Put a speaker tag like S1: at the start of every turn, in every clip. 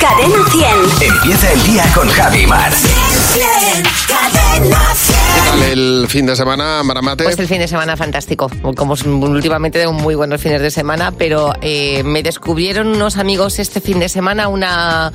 S1: Cadena 100.
S2: Empieza el día con Javi Mar.
S1: Cadena 100.
S3: El fin de semana, Maramate.
S4: Pues el fin de semana fantástico. Como es- últimamente tengo muy buenos fines de semana, pero eh, me descubrieron unos amigos este fin de semana una,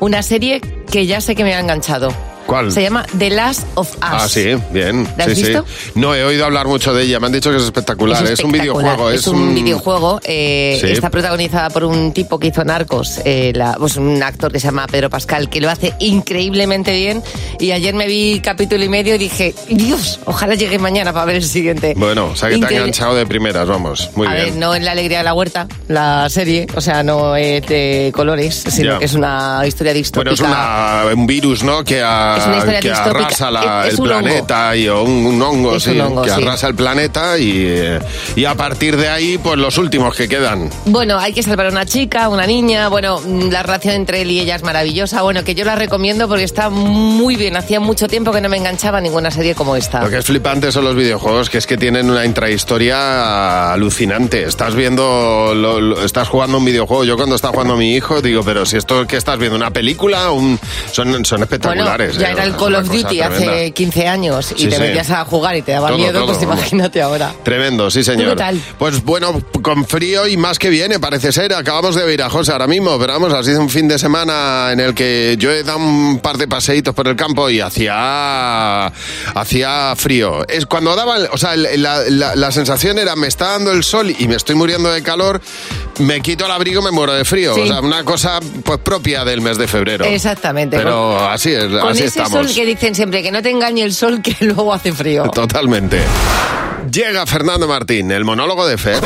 S4: una serie que ya sé que me ha enganchado.
S3: ¿Cuál?
S4: Se llama The Last of Us.
S3: Ah, sí, bien.
S4: ¿La has
S3: sí, sí.
S4: visto?
S3: No, he oído hablar mucho de ella. Me han dicho que es espectacular. Es, un
S4: espectacular.
S3: videojuego.
S4: Es, un, videojuego. eh,
S3: Sí.
S4: Está protagonizada por un tipo que hizo Narcos, eh, la- pues un actor que se llama Pedro Pascal, que lo hace increíblemente bien. Y ayer me vi capítulo y medio y dije, Dios, ojalá llegue mañana para ver el siguiente.
S3: Bueno, o sea que te ha
S4: Increíble.
S3: enganchado de primeras, vamos. Muy
S4: a
S3: bien.
S4: ver, no es la alegría de la huerta, la serie, o sea, no es de colores, sino
S3: Ya.
S4: que es una historia distópica.
S3: Bueno, es una- un virus, ¿no? Que, a-
S4: Es una historia
S3: que
S4: distópica.
S3: arrasa la-
S4: Es- es
S3: el
S4: un hongo.
S3: planeta y o un, un hongo,
S4: Es
S3: sí,
S4: un hongo,
S3: que
S4: sí.
S3: arrasa el planeta y, eh, y a partir de ahí, pues los últimos que quedan.
S4: Bueno, hay que salvar a una chica, una niña, bueno, mm, la relación entre él y ella es maravillosa, bueno, que yo la recomiendo porque está muy bien, hacía mucho tiempo que no me enganchaba a ninguna serie como esta.
S3: Lo que es flipante son los videojuegos, que es que tienen una intrahistoria alucinante. Estás viendo, lo- lo- estás jugando un videojuego. Yo cuando estaba jugando a mi hijo digo, pero si esto que estás viendo una película, un- son, son
S4: Bueno,
S3: espectaculares.
S4: ya
S3: eh,
S4: era el
S3: es
S4: Call
S3: una
S4: of
S3: cosa
S4: Duty hace
S3: tremenda.
S4: 15 años y
S3: Sí,
S4: te
S3: sí.
S4: metías a jugar y te daba
S3: Todo,
S4: miedo,
S3: todo,
S4: pues
S3: vamos.
S4: imagínate ahora.
S3: Tremendo, sí señor.
S4: Brutal.
S3: Pues bueno, con frío y más que viene, parece ser. Acabamos de ver a José ahora mismo, pero vamos, ha sido un fin de semana en el que yo he dado un par de paseitos por el campo y hacía, hacía frío. Es cuando daba, el- o sea, el- la, la- la sensación era me está dando el sol y me estoy muriendo de calor, me quito el abrigo y me muero de frío.
S4: Sí.
S3: O sea, una cosa pues propia del mes de febrero.
S4: Exactamente.
S3: Pero así es,
S4: Con
S3: así
S4: ese
S3: estamos.
S4: sol que dicen siempre, que no te engañe el sol que luego hace frío.
S3: Totalmente. Llega Fernando Martín, el monólogo de Fer.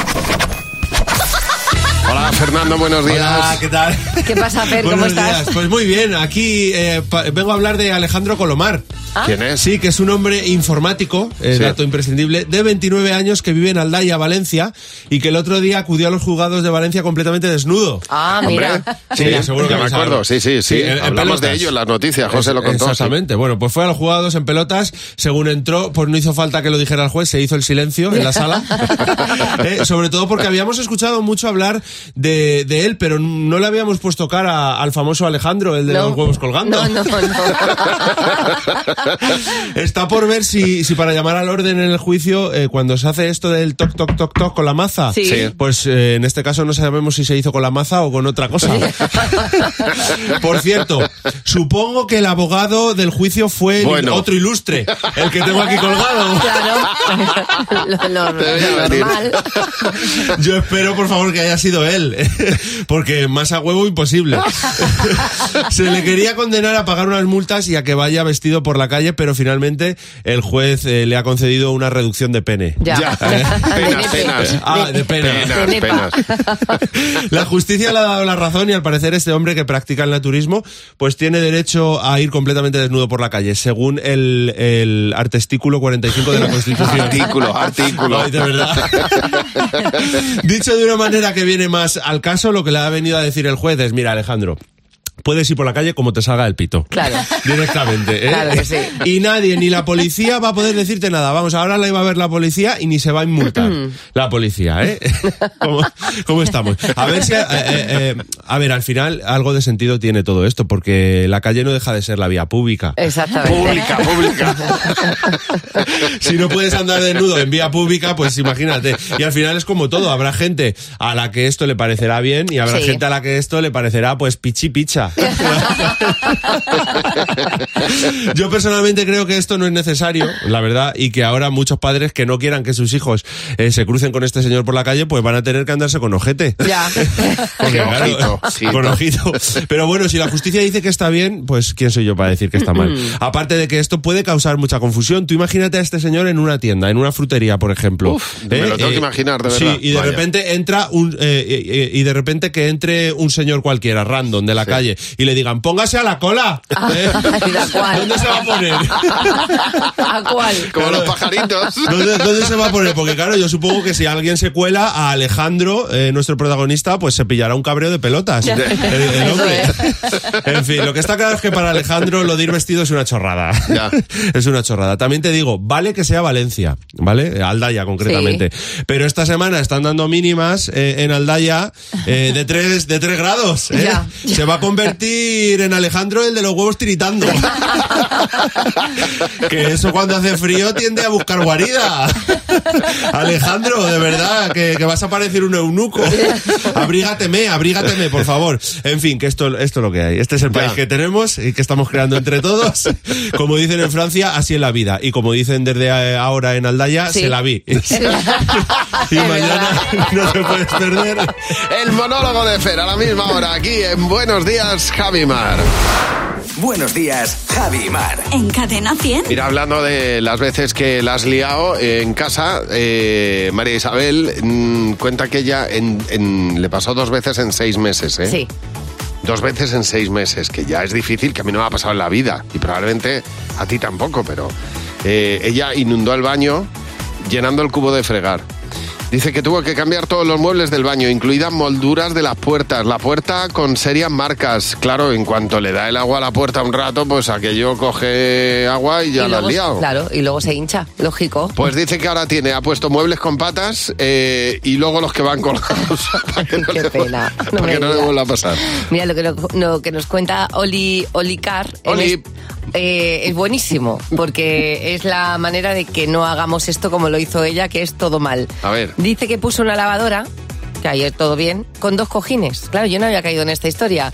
S3: Hola Fernando, buenos días.
S5: Hola, ¿qué tal?
S4: ¿Qué pasa, Fer? ¿Cómo
S5: Buenos
S4: estás?
S5: días. Pues muy bien, aquí eh, pa- vengo a hablar de Alejandro Colomar.
S4: Ah.
S3: ¿Quién es?
S5: Sí, que es un hombre informático, eh,
S3: Sí.
S5: dato imprescindible, de 29 años que vive en Aldaya, Valencia, y que el otro día acudió a los juzgados de Valencia completamente desnudo.
S4: Ah,
S3: Hombre,
S4: mira.
S3: sí,
S5: Mira, seguro que
S3: ya me
S5: lo
S3: acuerdo,
S5: sabe.
S3: sí, sí, sí.
S5: Sí, en- en pelotas.
S3: Hablamos de ello en las noticias, José lo contó. sí.
S5: Exactamente. Bueno, pues fue a los jugados en pelotas. Según entró, pues no hizo falta que lo dijera el juez, se hizo el silencio en la sala. Eh, sobre todo porque habíamos escuchado mucho hablar de, de él, pero no le habíamos puesto cara al famoso Alejandro, el de
S4: No.
S5: los huevos colgando.
S4: No, no, no.
S5: Está por ver si, si para llamar al orden en el juicio, eh, cuando se hace esto del toc, toc, toc, toc con la maza,
S4: Sí. Sí.
S5: pues eh, en este caso no sabemos si se hizo con la maza o con otra cosa. por cierto, supongo que el abogado del juicio fue el-
S3: Bueno.
S5: otro ilustre, el que tengo aquí colgado.
S4: Claro. Lo- lo-
S3: Te voy a
S4: lo
S3: venir.
S4: normal.
S5: Yo espero, por favor, que haya sido él, porque más a huevo imposible. Se le quería condenar a pagar unas multas y a que vaya vestido por la calle, pero finalmente el juez eh, le ha concedido una reducción de pene. ¿Eh?
S4: Ya.
S3: Ya.
S4: De
S3: Penas,
S4: nepe.
S3: penas.
S5: Ah, de pena.
S4: De
S3: Penas, penas.
S5: La justicia le ha dado la razón y al parecer este hombre que practica el naturismo pues tiene derecho a ir completamente desnudo por la calle, según el, el artículo 45 de la Constitución.
S3: Artículo, artículo.
S5: Ay, de verdad. Dicho de una manera que viene más al caso, lo que le ha venido a decir el juez es, mira Alejandro, puedes ir por la calle como te salga el pito.
S4: Claro.
S5: Directamente. ¿eh?
S4: Claro que sí.
S5: Y nadie, ni la policía va a poder decirte nada. Vamos, ahora la iba a ver la policía y ni se va a inmultar. La policía, ¿eh? Pues ¿Cómo, cómo estamos? A ver si... eh, eh, eh, a ver, al final algo de sentido tiene todo esto, porque la calle no deja de ser la vía pública.
S4: Exactamente.
S3: Pública, pública.
S5: si no puedes andar desnudo en vía pública, pues imagínate. Y al final es como todo, habrá gente a la que esto le parecerá bien y habrá
S4: Sí.
S5: gente a la que esto le parecerá pues pichi picha. Yo personalmente creo que esto no es necesario, la verdad, y que ahora muchos padres que no quieran que sus hijos eh, se crucen con este señor por la calle, pues van a tener que andarse con ojete.
S4: Ya.
S3: Con ojito, sí.
S5: con ojito. Pero bueno, si la justicia dice que está bien, pues quién soy yo para decir que está mal.
S3: Mm.
S5: Aparte de que esto puede causar mucha confusión. Tú imagínate a este señor en una tienda, en una frutería, por ejemplo. Eh,
S3: Uf, me lo tengo que imaginar, de
S5: sí,
S3: verdad.
S5: y de
S3: Vaya.
S5: repente entra un eh, eh, eh, y de repente que entre un señor cualquiera, random, de la calle, y le digan, póngase a la cola.
S3: Ah.
S5: ¿eh?
S4: ¿a cuál?
S5: ¿Dónde se va a poner?
S4: ¿A cuál?
S3: Como los pajaritos.
S5: ¿Dónde, dónde se va a poner? Porque claro, yo supongo que si alguien se cuela a Alejandro, eh, nuestro protagonista, pues se pillará un cabreo de pelotas. El, el hombre. En fin, lo que está claro es que para Alejandro lo de ir vestido es una chorrada.
S3: Ya.
S5: Es una chorrada. También te digo, vale que sea Valencia, ¿vale? Aldaya concretamente. Pero esta semana están dando mínimas eh, en Aldaya eh, de 3 de tres grados. ¿eh?
S4: Ya.
S5: Se va a convertir en Alejandro el de los huevos tiritando. que eso cuando hace frío tiende a buscar guarida. Alejandro, de verdad, que, que vas a parecer un eunuco. Abrígateme, abrígateme, por favor. En fin, que esto, esto es lo que hay. Este es el país
S3: Ya.
S5: que tenemos y que estamos creando entre todos. Como dicen en Francia, así es la vida. Y como dicen desde eh, ahora en Aldaya,
S4: Sí.
S5: se la vi.
S4: Es verdad.
S5: y
S4: Es
S5: mañana no te puedes perder.
S3: El monólogo de Fer a la misma hora aquí en Buenos Días, Javi Mar.
S6: Buenos días, Javi Mar.
S7: En Cadena 100.
S3: Mira, hablando de las veces que la has liado eh, en casa, eh, María Isabel mm, cuenta que ella en- en- le pasó dos veces en seis meses, ¿eh?
S4: Sí.
S3: Dos veces en seis meses, que ya es difícil, que a mí no me ha pasado en la vida y probablemente a ti tampoco, pero eh, ella inundó el baño llenando el cubo de fregar. Dice que tuvo que cambiar todos los muebles del baño, incluidas molduras de las puertas. La puerta con serias marcas. Claro, en cuanto le da el agua a la puerta un rato, pues aquello coge agua y ya
S4: y
S3: la has
S4: luego-
S3: liado.
S4: Claro, y luego se hincha, lógico.
S3: Pues dice que ahora tiene, ha puesto muebles con patas eh, y luego los que van colgados. para que no
S4: Qué
S3: le vuel-
S4: pena. No
S3: para
S4: me
S3: que no le
S4: digas.
S3: vuelva a pasar.
S4: Mira, lo que, no- lo que nos cuenta Oli, Oli Carr en
S3: Oli.
S4: es- eh, es buenísimo, porque es la manera de que no hagamos esto como lo hizo ella, que es todo mal.
S3: A ver.
S4: Dice que puso una lavadora, que ayer todo bien, con dos cojines. Claro, yo no había caído en esta historia.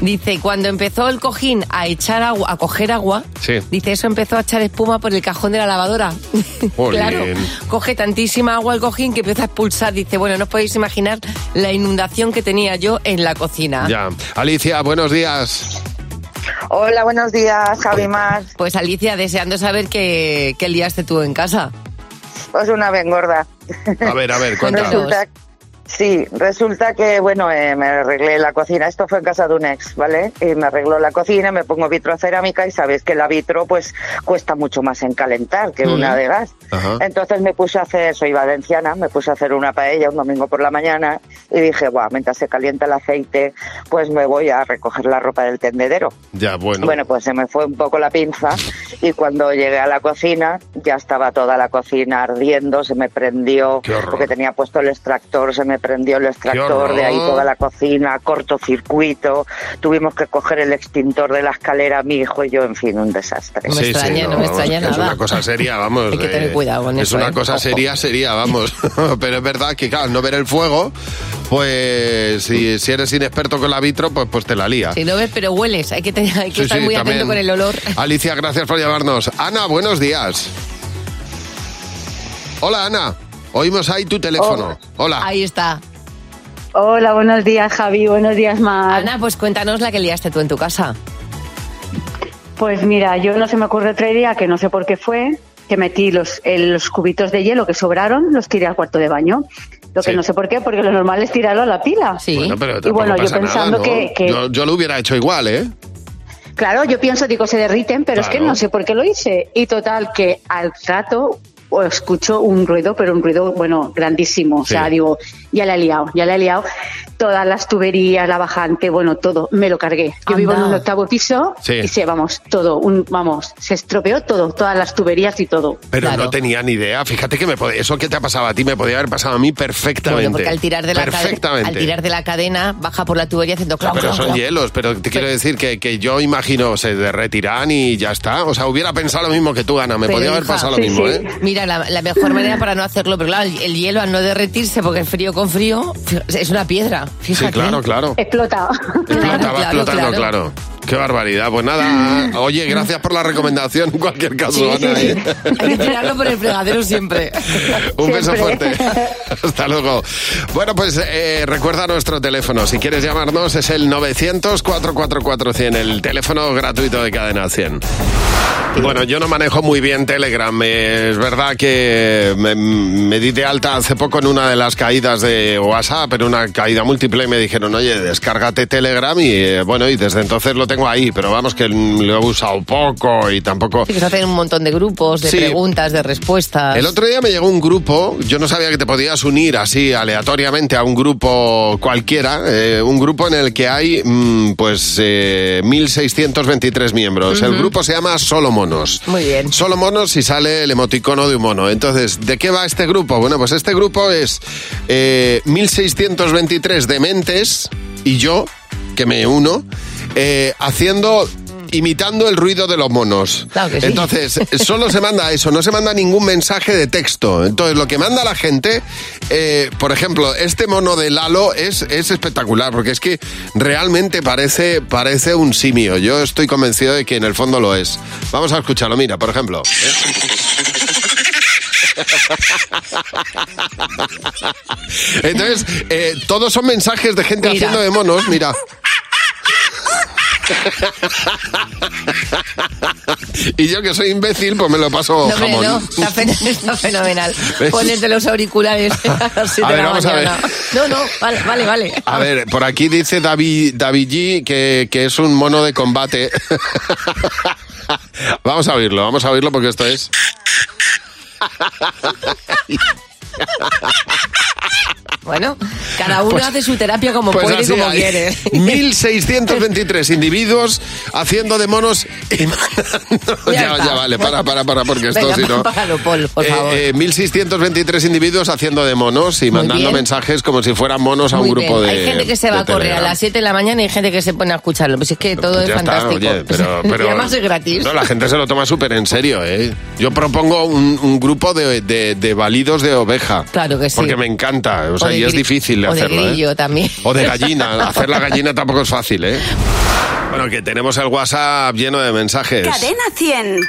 S4: Dice, cuando empezó el cojín a echar agua, a coger agua,
S3: Sí.
S4: dice, eso empezó a echar espuma por el cajón de la lavadora.
S3: Jolín.
S4: claro, coge tantísima agua el cojín que empieza a expulsar. Dice, bueno, no os podéis imaginar la inundación que tenía yo en la cocina.
S3: Ya. Alicia, buenos días.
S8: Hola, buenos días, Javi Mar.
S4: Pues Alicia, deseando saber qué, qué liaste tú en casa.
S8: Pues una bengorda.
S3: A ver, a ver, cuenta.
S4: Cuéntanos.
S8: Resulta, sí, resulta que, bueno, eh, me arreglé la cocina. Esto fue en casa de un ex, ¿vale? Y me arregló la cocina, me pongo vitrocerámica y sabéis que la vitro, pues, cuesta mucho más en calentar que una de gas.
S3: Ajá.
S8: Entonces me puse a hacer, soy valenciana, me puse a hacer una paella un domingo por la mañana y dije, guau, mientras se calienta el aceite, pues me voy a recoger la ropa del tendedero.
S3: Ya, bueno.
S8: Bueno, pues se me fue un poco la pinza y cuando llegué a la cocina ya estaba toda la cocina ardiendo, se me prendió,
S3: Qué horror.
S8: porque tenía puesto el extractor, se me prendió el
S3: horror.
S8: extractor, de ahí toda la cocina, cortocircuito, tuvimos que coger el extintor de la escalera, mi hijo y yo, en fin, un desastre.
S4: No me extraña, no me
S3: vamos,
S4: extraña
S3: que Es
S4: nada.
S3: una cosa seria, vamos.
S4: Hay que tener
S3: eh,
S4: cuidado con
S3: Es
S4: eso,
S3: una
S4: ¿eh?
S3: cosa
S4: Ojo.
S3: seria, seria, vamos. Pero es verdad que, claro, al no ver el fuego, pues si, si eres inexperto con la vitro, pues, pues te la lía.
S4: Si no ves, pero hueles. Hay que, tener- hay que
S3: Sí,
S4: estar
S3: sí,
S4: muy
S3: también.
S4: atento con el olor.
S3: Alicia, gracias por llamarnos. Ana, buenos días. Hola, Ana. Oímos ahí tu teléfono. Hola.
S4: Ahí está.
S1: Hola, buenos días Javi, buenos días Mar.
S4: Ana, pues cuéntanos la que liaste tú en tu casa.
S1: Pues mira, yo no se me ocurre otro día que no sé por qué fue, que metí los, el- los cubitos de hielo que sobraron, los tiré al cuarto de baño. Lo que
S3: Sí.
S1: no sé por qué, porque lo normal es tirarlo a la pila.
S4: Sí.
S3: Bueno, pero
S1: y bueno,
S3: tampoco
S1: yo
S3: pasa nada,
S1: pensando
S3: ¿no?
S1: que, que-
S3: Yo, yo lo hubiera hecho igual, ¿eh?
S1: claro, yo pienso, digo, se derriten, pero es que
S3: Claro.
S1: no sé por qué lo hice. Y total, que al rato o escucho un ruido, pero un ruido, bueno, grandísimo. O sea,
S3: Sí.
S1: digo, ya la he liado, ya la he liado. Todas las tuberías, la bajante, bueno, todo, me lo cargué. Yo vivo en
S4: Anda.
S1: un octavo piso
S3: Sí.
S1: y se, vamos, todo, un, vamos, se estropeó todo, todas las tuberías y todo.
S3: Pero
S4: Claro.
S3: no tenía ni idea. Fíjate que me pod- eso que te ha pasado a ti me podía haber pasado a mí perfectamente.
S4: Bueno, porque al tirar, de la cadena,
S3: perfectamente.
S4: al tirar de la cadena, baja por la Pues tubería haciendo
S3: O sea,
S4: clau,
S3: pero
S4: clau,
S3: son
S4: clau.
S3: hielos, pero te quiero decir que, que yo imagino se derretirán y ya está. O sea, hubiera pensado lo mismo que tú, Ana. Me
S4: Pero,
S3: podía haber
S4: hija,
S3: pasado lo
S1: sí,
S3: mismo,
S1: sí.
S3: ¿eh?
S4: Mira, la, la mejor manera para no hacerlo, pero claro, el, el hielo al no derretirse, porque es frío con frío, fi- es una piedra.
S3: Sí,
S4: Fíjate.
S3: claro, claro.
S1: Explota.
S3: Explotaba,
S4: claro,
S3: explotando, claro.
S4: claro.
S3: Qué barbaridad. Pues nada, oye, gracias por la recomendación en cualquier caso, Ana. ¿eh?
S4: Hay que tirarlo por el fregadero siempre.
S3: Un beso fuerte.
S1: Siempre.
S3: Hasta luego. Bueno, pues eh, recuerda nuestro teléfono. Si quieres llamarnos es el 900-444-100, el teléfono gratuito de Cadena 100. Bueno, yo no manejo muy bien Telegram. Eh, Es verdad que me, me di de alta hace poco en una de las caídas de WhatsApp, en una caída múltiple, y me dijeron, oye, descárgate Telegram y eh, bueno, y desde entonces lo tengo ahí, pero vamos que mm, lo he usado poco y tampoco...
S4: Sí, que se hacen un montón de grupos, de
S3: Sí.
S4: preguntas, de respuestas.
S3: El otro día me llegó un grupo, yo no sabía que te podías unir así aleatoriamente a un grupo cualquiera, eh, un grupo en el que hay mm, pues eh, 1.623 miembros. El grupo se llama Solo Monos.
S4: Muy bien.
S3: Solo Monos y sale el emoticono de un mono. Entonces, ¿de qué va este grupo? Bueno, pues este grupo es eh, 1.623 dementes y yo, que me uno. eh, haciendo imitando el ruido de los monos.
S4: Claro que sí.
S3: Entonces, solo se manda eso, no se manda ningún mensaje de texto. Entonces, lo que manda la gente, eh, por ejemplo, este mono de Lalo es, es espectacular, porque es que realmente parece, parece un simio. Yo estoy convencido de que en el fondo lo es. Vamos a escucharlo, mira, por ejemplo. ¿eh? Entonces, eh, todos son mensajes de gente
S4: Mira.
S3: haciendo de monos, mira. y yo que soy imbécil, pues me lo paso
S4: No, hombre,
S3: jamón.
S4: no, está, fen- está fenomenal.
S3: ¿Ves?
S4: Ponete los auriculares a las siete
S3: A ver,
S4: de la
S3: vamos a
S4: mañana.
S3: ver.
S4: No, no, vale, vale, vale.
S3: A ver, por aquí dice David, David G que, que es un mono de combate. vamos a oírlo, vamos a oírlo porque esto es...
S4: Bueno, cada uno hace su terapia como
S3: Pues
S4: puede y
S3: así
S4: como
S3: hay.
S4: quiere.
S3: 1623 individuos haciendo de monos y mandando-
S4: Ya
S3: ya,
S4: está.
S3: ya vale, para, para, para, porque esto
S4: Venga,
S3: si no.
S4: páralo, Paul, por
S3: Eh,
S4: favor.
S3: eh, 1623 individuos haciendo de monos y mandando
S4: bien.
S3: mensajes como si fueran monos a un
S4: Muy
S3: grupo
S4: bien.
S3: de.
S4: Hay gente que se va
S3: de
S4: a correr a
S3: Telegram.
S4: las 7 de la mañana y hay gente que se pone a escucharlo. Pues es que todo es
S3: Ya está,
S4: fantástico.
S3: oye,
S4: Pues,
S3: pero,
S4: y
S3: pero-
S4: además es gratis.
S3: No, la gente se lo toma súper en serio, ¿eh? Yo propongo un, un grupo de, de, de válidos de oveja.
S4: Claro que sí.
S3: Porque me encanta, o sea,
S4: de
S3: y es
S4: gri-
S3: difícil de
S4: o de
S3: hacerlo. ¿eh?
S4: grillo también.
S3: O de gallina. Hacer la gallina tampoco es fácil, ¿eh? Bueno, que tenemos el WhatsApp lleno de mensajes.
S1: Cadena 100.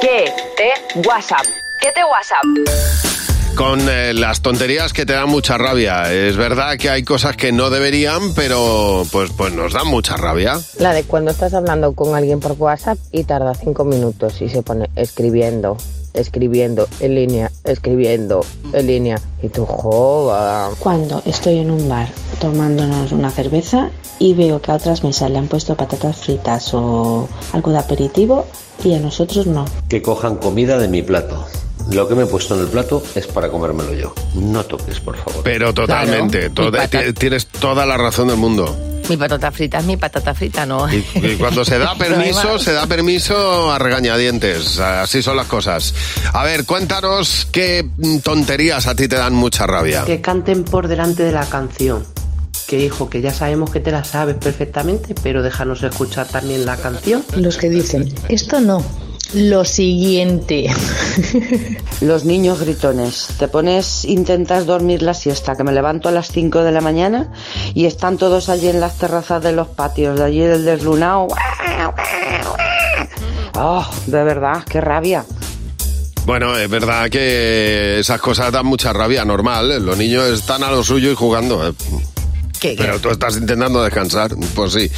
S9: ¿Qué te WhatsApp? ¿Qué te WhatsApp?
S3: Con eh, las tonterías que te dan mucha rabia. Es verdad que hay cosas que no deberían, pero pues, pues nos dan mucha rabia.
S10: La de cuando estás hablando con alguien por WhatsApp y tarda cinco minutos y se pone escribiendo, escribiendo, en línea, escribiendo, en línea. Y tú, joda.
S11: Cuando estoy en un bar tomándonos una cerveza y veo que a otras mesas le han puesto patatas fritas o algo de aperitivo y a nosotros no.
S12: Que cojan comida de mi plato. Lo que me he puesto en el plato es para comérmelo yo. No toques, por favor.
S3: Pero totalmente.
S4: Claro.
S3: to-
S4: Y pata-
S3: ti- tienes toda la razón del mundo.
S4: Mi patata frita es mi patata frita, no.
S3: Y, y cuando se da
S4: No hay
S3: permiso,
S4: más.
S3: se da permiso a regañadientes. Así son las cosas. A ver, cuéntanos qué mm, tonterías a ti te dan mucha rabia.
S11: Que canten por delante de la canción. Que hijo, que ya sabemos que te la sabes perfectamente, pero déjanos escuchar también la canción.
S9: Los que dicen, esto no, lo siguiente.
S13: Los niños gritones. Te pones, intentas dormir la siesta, que me levanto a las 5 de la mañana y están todos allí en las terrazas de los patios, de allí del deslunado. Oh, de verdad, qué rabia.
S3: Bueno, es verdad que esas cosas dan mucha rabia, normal. ¿eh? Los niños están a lo suyo y jugando. eh.
S4: ¿Qué, qué?
S3: Pero tú estás intentando descansar. Pues sí.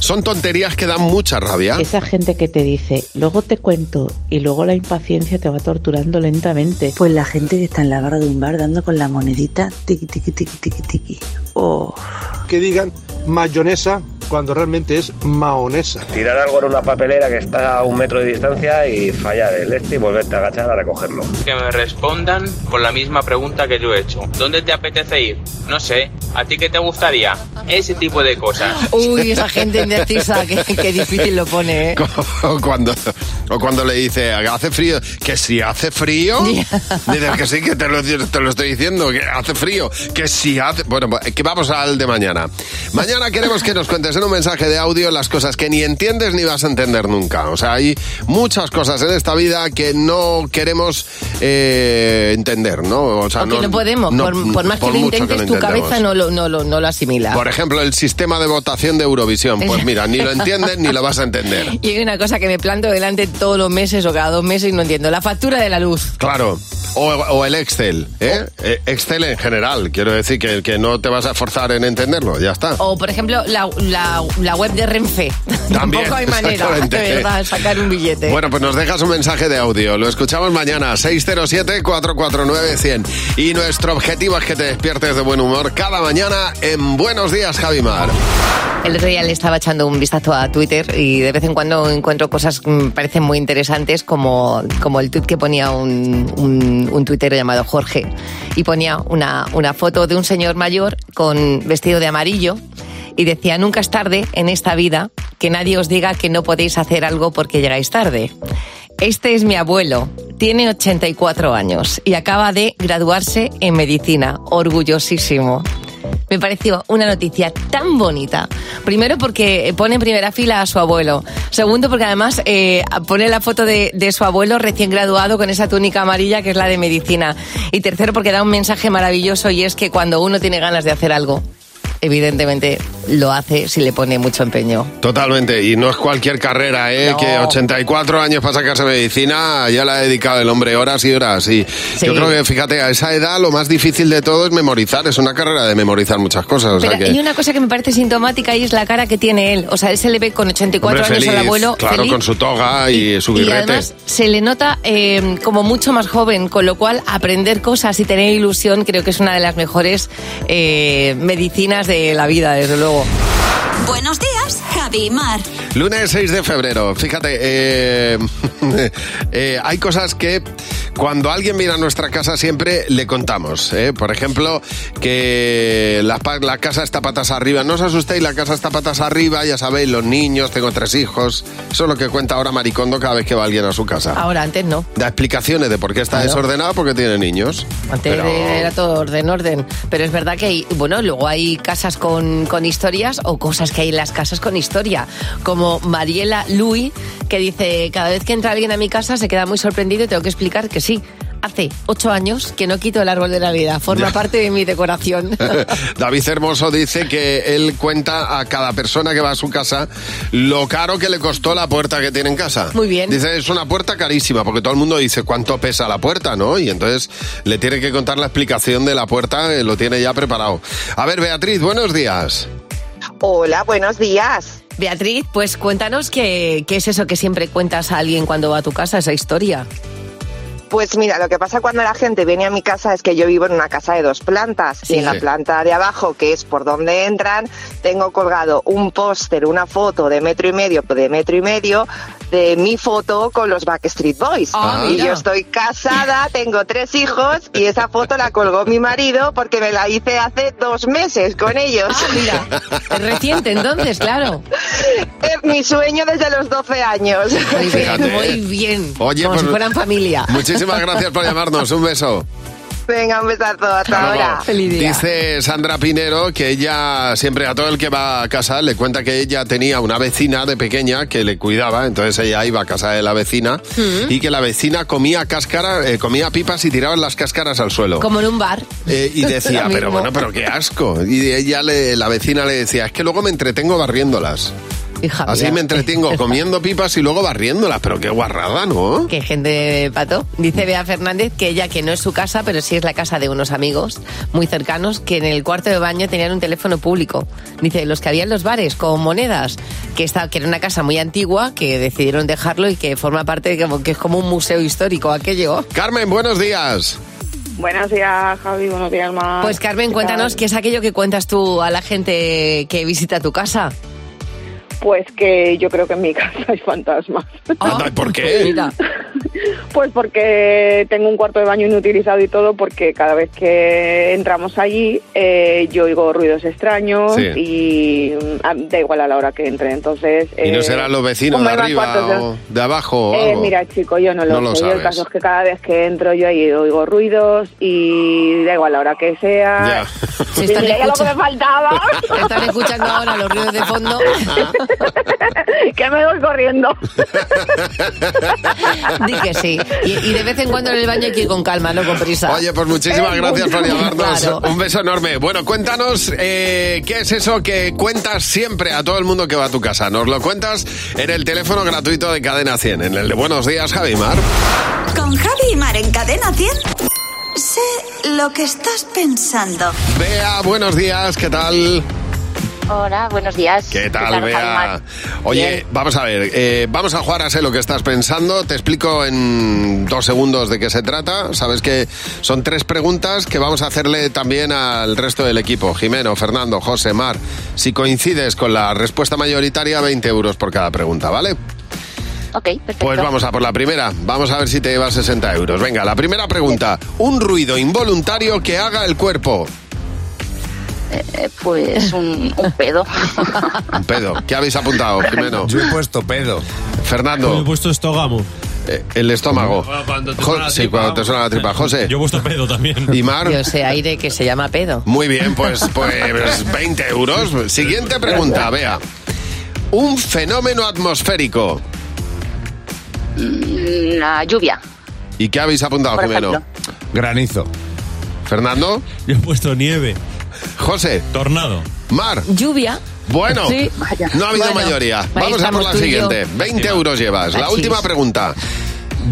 S3: Son tonterías que dan mucha rabia.
S11: Esa gente que te dice, luego te cuento, y luego la impaciencia te va torturando lentamente.
S1: Pues la gente que está en la barra de un bar dando con la monedita, tiqui, tiqui, tiqui, tiqui, tiqui. Oh.
S14: que digan mayonesa cuando realmente es maonesa.
S12: Tirar algo en una papelera que está a un metro de distancia y fallar el este y volverte a agachar a recogerlo.
S11: Que me respondan con la misma pregunta que yo he hecho. ¿Dónde te apetece ir? No sé. ¿A ti qué te gustaría? Ese tipo de cosas.
S3: Oh.
S4: Uy, esa gente indecisa, qué, qué difícil lo pone, ¿eh?
S3: O cuando, o cuando le dice, hace frío, que si hace frío, dices que sí, que te lo, te lo estoy diciendo, que hace frío, que si hace... Bueno, pues, que vamos al de mañana. Mañana queremos que nos cuentes en un mensaje de audio las cosas que ni entiendes ni vas a entender nunca. O sea, hay muchas cosas en esta vida que no queremos eh, entender, ¿no? O sea,
S4: O que no podemos,
S3: no-
S4: por, por más que lo
S3: mucho
S4: intentes, tu
S3: intentemos.
S4: cabeza no lo, no, lo, no lo asimila.
S3: Por ejemplo, el sistema de votación de Eurovisión. Pues mira, ni lo entiendes ni lo vas a entender.
S4: Y hay una cosa que me planto delante todos los meses o cada dos meses y no entiendo, la factura de la luz.
S3: Claro. O, o el Excel, ¿eh? Eh, Excel en general. Quiero decir que, que no te vas a esforzar en entenderlo, ya está.
S4: O, por ejemplo, la, la, la web de Renfe.
S3: También,
S4: Tampoco hay manera,
S3: exactamente.
S4: de verdad, sacar un billete.
S3: Bueno, pues nos dejas un mensaje de audio. Lo escuchamos mañana, 607-449-100. Y nuestro objetivo es que te despiertes de buen humor cada mañana en Buenos Días, Javimar.
S4: El otro día le estaba echando un vistazo a Twitter y de vez en cuando encuentro cosas que me parecen muy interesantes, como, como el tweet que ponía un, un, un tuitero llamado Jorge. Y ponía una, una foto de un señor mayor con vestido de amarillo y decía: Nunca es tarde en esta vida que nadie os diga que no podéis hacer algo porque llegáis tarde. Este es mi abuelo. Tiene 84 años y acaba de graduarse en medicina. Orgullosísimo. me pareció una noticia tan bonita. Primero porque pone en primera fila a su abuelo. Segundo porque además eh, pone la foto de, de su abuelo recién graduado con esa túnica amarilla que es la de medicina. Y tercero porque da un mensaje maravilloso y es que cuando uno tiene ganas de hacer algo, evidentemente lo hace Eh, si le pone mucho empeño.
S3: Totalmente, y no es cualquier carrera, ¿eh? que 84 años para sacarse medicina, ya la ha dedicado el hombre horas y horas. Y yo creo que, fíjate, a esa edad lo más difícil de todo es memorizar, es una carrera de memorizar muchas cosas. o sea
S4: Pero
S3: que-
S4: hay una cosa que me parece sintomática y es la cara que tiene él. O sea, él se le ve con 84
S3: hombre
S4: años al
S3: feliz,
S4: abuelo
S3: claro,
S4: feliz
S3: con su toga y, su
S4: y
S3: birrete.
S4: además se le nota eh, como mucho más joven, con lo cual aprender cosas y tener ilusión creo que es una de las mejores eh, medicinas de la vida, desde luego.
S6: Buenos días, Javi y Mar.
S3: Lunes 6 de febrero. Fíjate, eh, eh, hay cosas que cuando alguien viene a nuestra casa siempre le contamos. ¿eh? Por ejemplo, que la, pa- la casa está patas arriba. No os asustéis, la casa está patas arriba. Ya sabéis, los niños, tengo tres hijos. Eso es lo que cuenta ahora Maricondo cada vez que va alguien a su casa.
S4: Ahora, antes no.
S3: Da explicaciones de por qué está
S4: Claro.
S3: desordenada, porque tiene niños.
S4: Antes
S3: Pero-
S4: era todo orden, orden. Pero es verdad que hay, bueno, luego hay casas con, con historias o cosas que hay en las casas con historia. Como Mariela Lui, que dice, cada vez que entra alguien a mi casa se queda muy sorprendido y tengo que explicar que sí. Hace ocho años que no quito el árbol de Navidad. Forma
S3: Ya.
S4: parte de mi decoración.
S3: David Hermoso dice que él cuenta a cada persona que va a su casa lo caro que le costó la puerta que tiene en casa.
S4: Muy bien.
S3: Dice, es una puerta carísima, porque todo el mundo dice cuánto pesa la puerta, ¿no? Y entonces le tiene que contar la explicación de la puerta, eh, lo tiene ya preparado. A ver, Beatriz, buenos días.
S15: Hola, buenos días.
S4: Beatriz, pues cuéntanos qué, qué es eso que siempre cuentas a alguien cuando va a tu casa, esa historia.
S15: Pues mira, lo que pasa cuando la gente viene a mi casa es que yo vivo en una casa de dos plantas
S4: Sí.
S15: y en la
S4: Sí.
S15: planta de abajo, que es por donde entran, tengo colgado un póster, una foto de metro y medio, de metro y medio, de mi foto con los Backstreet Boys.
S16: Ah,
S15: y
S16: mira.
S15: yo estoy casada, tengo tres hijos y esa foto la colgó mi marido porque me la hice hace dos meses con ellos.
S4: Ah, Es reciente entonces, claro.
S15: Es mi sueño desde los 12 años.
S4: Muy
S3: Fíjate.
S4: bien, muy bien.
S3: Oye,
S4: como
S3: pues-
S4: si fueran familia.
S3: Muchísimas gracias por llamarnos, un beso.
S15: Venga, un besazo. Hasta
S3: Hasta
S15: ahora.
S3: luego. Dice Sandra Pinero que ella siempre a todo el que va a casa le cuenta que ella tenía una vecina de pequeña que le cuidaba, entonces ella iba a casa de la vecina
S4: Mm.
S3: y que la vecina comía cáscara, eh, comía pipas y tiraban las cáscaras al suelo.
S4: Como en un bar.
S3: Oh. Eh, y decía,
S4: Lo mismo.
S3: pero bueno, pero qué asco. Y ella le, la vecina le decía, es que luego me entretengo barriéndolas.
S4: Hija
S3: Así
S4: mía.
S3: me entretengo comiendo pipas y luego barriéndolas, pero qué guarrada, ¿no?
S4: Qué gente, Pato. Dice Bea Fernández que ella, que no es su casa, pero sí es la casa de unos amigos muy cercanos, que en el cuarto de baño tenían un teléfono público. Dice, los que había en los bares con monedas, que, está, que era una casa muy antigua, que decidieron dejarlo y que forma parte, de, como- que es como un museo histórico aquello.
S3: Carmen, buenos días.
S17: Buenos días, Javi. Buenos días, Mar.
S4: Pues Carmen,
S17: ¿Qué
S4: cuéntanos qué es aquello que cuentas tú a la gente que visita tu casa.
S17: tal? Pues que yo creo que en mi casa hay fantasmas.
S4: Ah,
S3: Anda, Ah, ¿Por qué?
S17: Pues porque tengo un cuarto de baño inutilizado y todo, porque cada vez que entramos allí eh, yo oigo ruidos extraños
S3: Sí.
S17: y mm, a- da igual a la hora que entre. Entonces.
S3: Y no
S17: eh,
S3: serán los vecinos
S17: como
S3: de
S17: iba en
S3: arriba
S17: cuartos de-
S3: o de abajo o
S17: Eh,
S3: algo.
S17: mira, chico, yo no lo
S3: No lo
S17: sé. Yo el
S3: sabes.
S17: caso es que cada vez que entro yo ahí oigo ruidos y da igual la hora que sea.
S3: Ya.
S17: Y
S4: están
S17: mira, ya lo que me
S4: escuchando-
S17: faltaba.
S4: Están escuchando ahora los ruidos de fondo.
S17: que me voy corriendo.
S4: Di que sí. Y, y de vez en cuando en el baño hay que ir con calma, no con prisa. Eh,
S3: Oye, pues muchísimas gracias por llamarnos.
S4: Claro.
S3: Un beso enorme. Bueno, cuéntanos eh, qué es eso que cuentas siempre a todo el mundo que va a tu casa. Nos lo cuentas en el teléfono gratuito de Cadena 100, en el de Buenos Días, Javimar.
S6: Con Javi y Mar en Cadena 100. Sé lo que estás pensando.
S3: Bea, Ah, buenos días, ¿qué tal?
S18: Hola, buenos días.
S3: ¿Qué tal, Bea?
S18: Javier?
S3: Oye,
S18: Bien.
S3: vamos a ver, eh, vamos a jugar a sé lo que estás pensando. Te explico en dos segundos de qué se trata. Sabes que son tres preguntas que vamos a hacerle también al resto del equipo. Jimeno, Fernando, José, Mar. Si coincides con la respuesta mayoritaria, 20 euros por cada pregunta, ¿vale?
S18: Ok, perfecto.
S3: Pues vamos a por la primera. Vamos a ver si te llevas 60 euros. Venga, la primera pregunta. Un ruido involuntario que haga el cuerpo.
S18: Eh, pues un, un pedo.
S3: Un pedo. ¿Qué habéis apuntado, Jimeno? Yo he puesto pedo. Fernando. Yo he
S5: puesto estógamo.
S3: Eh, El estómago.
S5: Cuando te
S3: Jo-
S5: suena la
S3: sí,
S5: tripa,
S3: cuando te suena la tripa. José.
S5: Yo he puesto pedo también.
S3: Y Mar.
S4: Yo sé aire que se llama pedo.
S3: Muy bien, pues, pues 20 euros. Siguiente pregunta, vea. Un fenómeno atmosférico.
S18: Mm, La lluvia.
S3: ¿Y qué habéis apuntado,
S18: Por
S3: Jimeno? Granizo. ¿Fernando?
S5: Yo he puesto nieve.
S3: José.
S5: Tornado.
S3: Mar.
S4: Lluvia.
S3: Bueno,
S4: Sí.
S3: no ha habido
S4: Bueno,
S3: mayoría.
S4: ahí
S3: Vamos a por
S4: estamos
S3: la
S4: tú y yo.
S3: siguiente. 20 euros llevas. La
S4: Así
S3: última
S4: es.
S3: pregunta.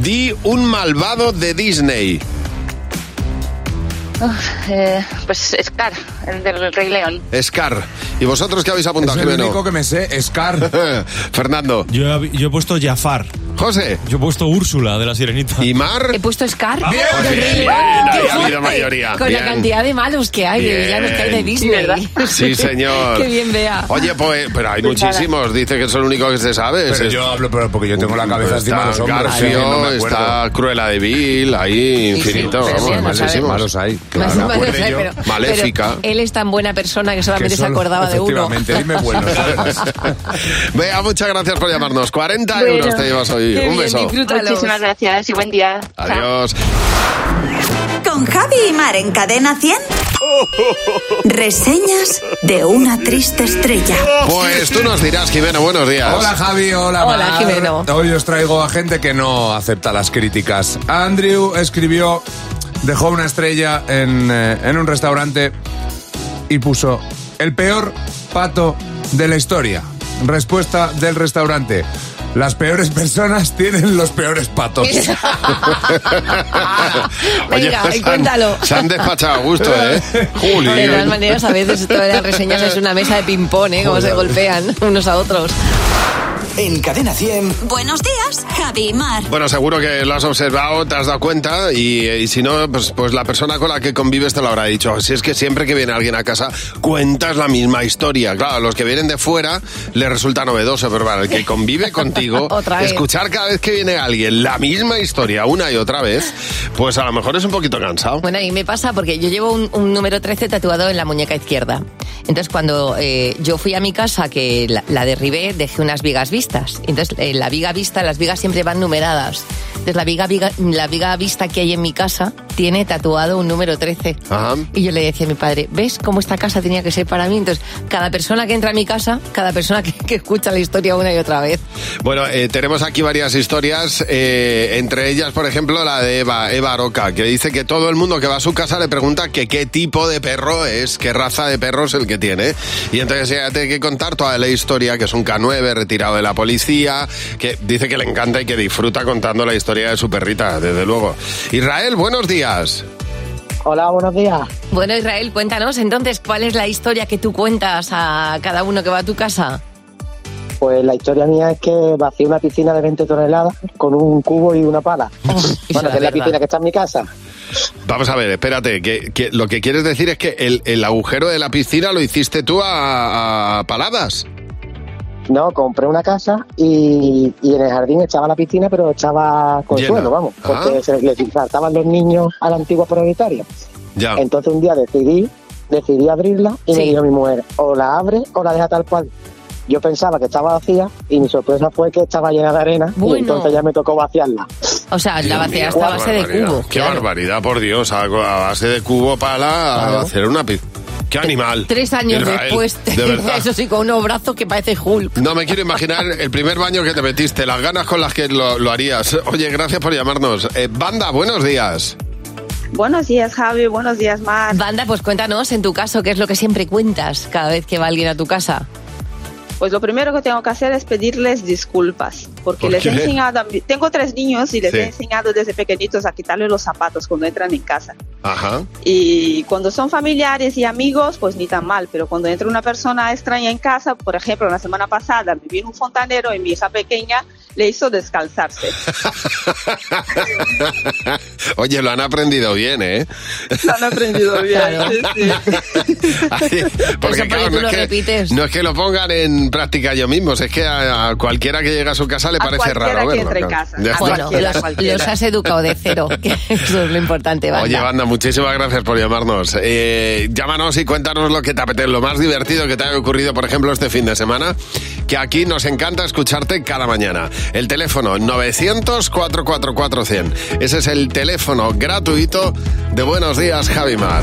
S3: Di un malvado de Disney.
S18: Uf, eh, pues Scar, el del Rey León.
S3: Scar. ¿Y vosotros qué habéis apuntado,
S16: Es el
S3: Jimeno?
S16: único
S3: que me sé, Scar. Fernando.
S5: Yo he, yo he puesto Jafar.
S3: José.
S5: Yo he puesto Úrsula de la Sirenita.
S3: ¿Y Mar?
S4: He puesto Scar.
S5: Bien,
S4: Del
S5: bien,
S4: Rey
S5: bien,
S4: León.
S5: ahí
S4: ¡Qué
S5: ha habido
S4: fuerte!
S5: mayoría,
S4: Con
S3: bien.
S4: la cantidad de malos que hay, de villanos que hay de
S3: Bien.
S4: Disney.
S3: Sí, señor.
S4: Qué bien vea.
S3: Oye, pues, pero hay
S4: Pues nada.
S3: muchísimos. Dice que es el único que se sabe.
S16: Pero
S3: Es-
S16: yo hablo pero porque yo tengo la cabeza encima de los
S3: Está
S16: hombros. sí,
S3: Garfio,
S16: no me acuerdo.
S3: está Cruella de Vil,
S16: Sí,
S3: ahí
S16: sí,
S3: infinito.
S16: pero sí, no
S3: vamos, malísimos.
S16: sabemos. Malos hay,
S4: Más o
S3: Claro.
S4: menos, ¿eh? Pero-
S3: Maléfica.
S4: pero él es tan buena persona que solamente se acordaba de uno.
S3: Vea, muchas gracias por llamarnos. 40 euros te llevas hoy. Un beso.
S18: Muchísimas gracias y buen día.
S3: Adiós.
S6: Con Javi y Mar en Cadena 100. Reseñas de una triste estrella.
S3: Pues tú nos dirás, Jimeno, buenos días.
S16: Hola Javi, hola
S6: Hola,
S16: Mar.
S6: Jimeno.
S16: Hoy os traigo a gente que no acepta las críticas. Andrew escribió, dejó una estrella en, eh, en un restaurante y puso el peor pato de la historia. Respuesta del restaurante. Las peores personas tienen los peores patos.
S4: Venga, y cuéntalo.
S3: Se han despachado a gusto, ¿eh? Julio.
S4: De todas maneras, a veces esto de las reseñas es una mesa de ping-pong, ¿eh? Como se golpean unos a otros.
S2: En Cadena 100.
S6: Buenos días, Javi y Mar.
S3: Bueno, seguro que lo has observado, te has dado cuenta y, eh, y si no, pues, pues la persona con la que convives te lo habrá dicho. Si es que siempre que viene alguien a casa cuentas la misma historia. Claro, a los que vienen de fuera les resulta novedoso, pero para el que convive contigo,
S4: Otra vez.
S3: escuchar cada vez que viene alguien la misma historia una y otra vez, pues a lo mejor es un poquito cansado.
S4: Bueno, y me pasa porque yo llevo un, un número 13 tatuado en la muñeca izquierda. Entonces, cuando eh, yo fui a mi casa, que la, la derribé, dejé unas vigas vistas. Entonces, eh, la viga vista, las vigas siempre van numeradas. Entonces, la viga, viga- la viga vista que hay en mi casa tiene tatuado un número 13. Y yo le decía a mi padre, ¿ves cómo esta casa tenía que ser para mí? Entonces, cada persona que entra a mi casa, cada persona que, que escucha la historia una y otra vez.
S3: Bueno, eh, tenemos aquí varias historias, eh, entre ellas, por ejemplo, la de Eva, Eva Aroca, que dice que todo el mundo que va a su casa le pregunta que qué tipo de perro es, qué raza de perro es el que tiene. Y entonces ella tiene que contar toda la historia, que es un K9 retirado de la policía, que dice que le encanta y que disfruta contando la historia de su perrita, desde luego. Israel, buenos días.
S19: Hola, buenos días.
S4: Bueno, Israel, cuéntanos entonces cuál es la historia que tú cuentas a cada uno que va a tu casa.
S19: Pues la historia mía es que vacié una piscina de 20 toneladas con un cubo y una pala. bueno, que
S3: es
S19: es la
S3: verdad.
S19: piscina que está en mi casa.
S3: Vamos a ver, espérate, que, que lo que quieres decir es que el, el agujero de la piscina lo hiciste tú a- a paladas.
S19: No, compré una casa y, y en el jardín estaba la piscina, pero estaba con
S3: Llena.
S19: suelo, vamos, porque
S3: Ah.
S19: se les saltaban los niños a la antigua prioritaria.
S3: Ya.
S19: Entonces un día decidí, decidí abrirla y me
S4: Sí.
S19: dijo mi mujer, o la abre o la deja tal cual. Yo pensaba que estaba vacía y mi sorpresa fue que estaba llena de arena
S4: Bueno.
S19: y entonces ya me tocó vaciarla.
S4: O sea, la
S3: Mira,
S4: vaciaste
S3: qué
S4: a base de
S3: barbaridad,
S4: cubo.
S3: Qué barbaridad, por Dios, a, a base de cubo para hacer una pizza. Qué animal.
S4: Tres años
S3: Israel,
S4: después,
S3: de verdad.
S4: eso sí, con unos brazos que parece Hulk.
S3: No me quiero imaginar el primer baño que te metiste, las ganas con las que lo, lo harías. Oye, gracias por llamarnos. Eh, banda, buenos días.
S4: Buenos días, Javi. Buenos días, Mar. Banda, pues cuéntanos en tu caso qué es lo que siempre cuentas cada vez que va alguien a tu casa.
S20: Pues lo primero que tengo que hacer es pedirles disculpas, porque
S4: ¿Por
S20: les he
S4: qué?
S20: enseñado, a mi- tengo tres niños y les
S3: Sí.
S20: he enseñado desde pequeñitos a quitarles los zapatos cuando entran en casa.
S3: Ajá.
S20: Y cuando son familiares y amigos, pues ni tan mal, pero cuando entra una persona extraña en casa, por ejemplo, la semana pasada me vino un fontanero y mi hija pequeña le hizo descalzarse.
S3: Oye, lo han aprendido bien, ¿eh?
S20: Lo han aprendido bien.
S4: Claro.
S20: sí, sí.
S3: Porque, claro,
S4: tú
S3: no,
S4: lo
S3: es que,
S4: repites.
S3: no es que lo pongan en práctica ellos mismos, es que a, a cualquiera que llega a su casa le
S4: A
S3: parece
S4: cualquiera
S3: raro.
S4: que
S3: verlo,
S4: entre en
S3: claro.
S4: casa.
S3: Ya está.
S4: Ah, Bueno, los, los has educado de cero, que eso es lo importante, banda.
S3: Oye, banda, muchísimas gracias por llamarnos. Eh, llámanos y cuéntanos lo que te apetece, lo más divertido que te haya ocurrido, por ejemplo, este fin de semana, que aquí nos encanta escucharte cada mañana. El teléfono 900-444-100. Ese es el teléfono gratuito de Buenos Días, Javimar.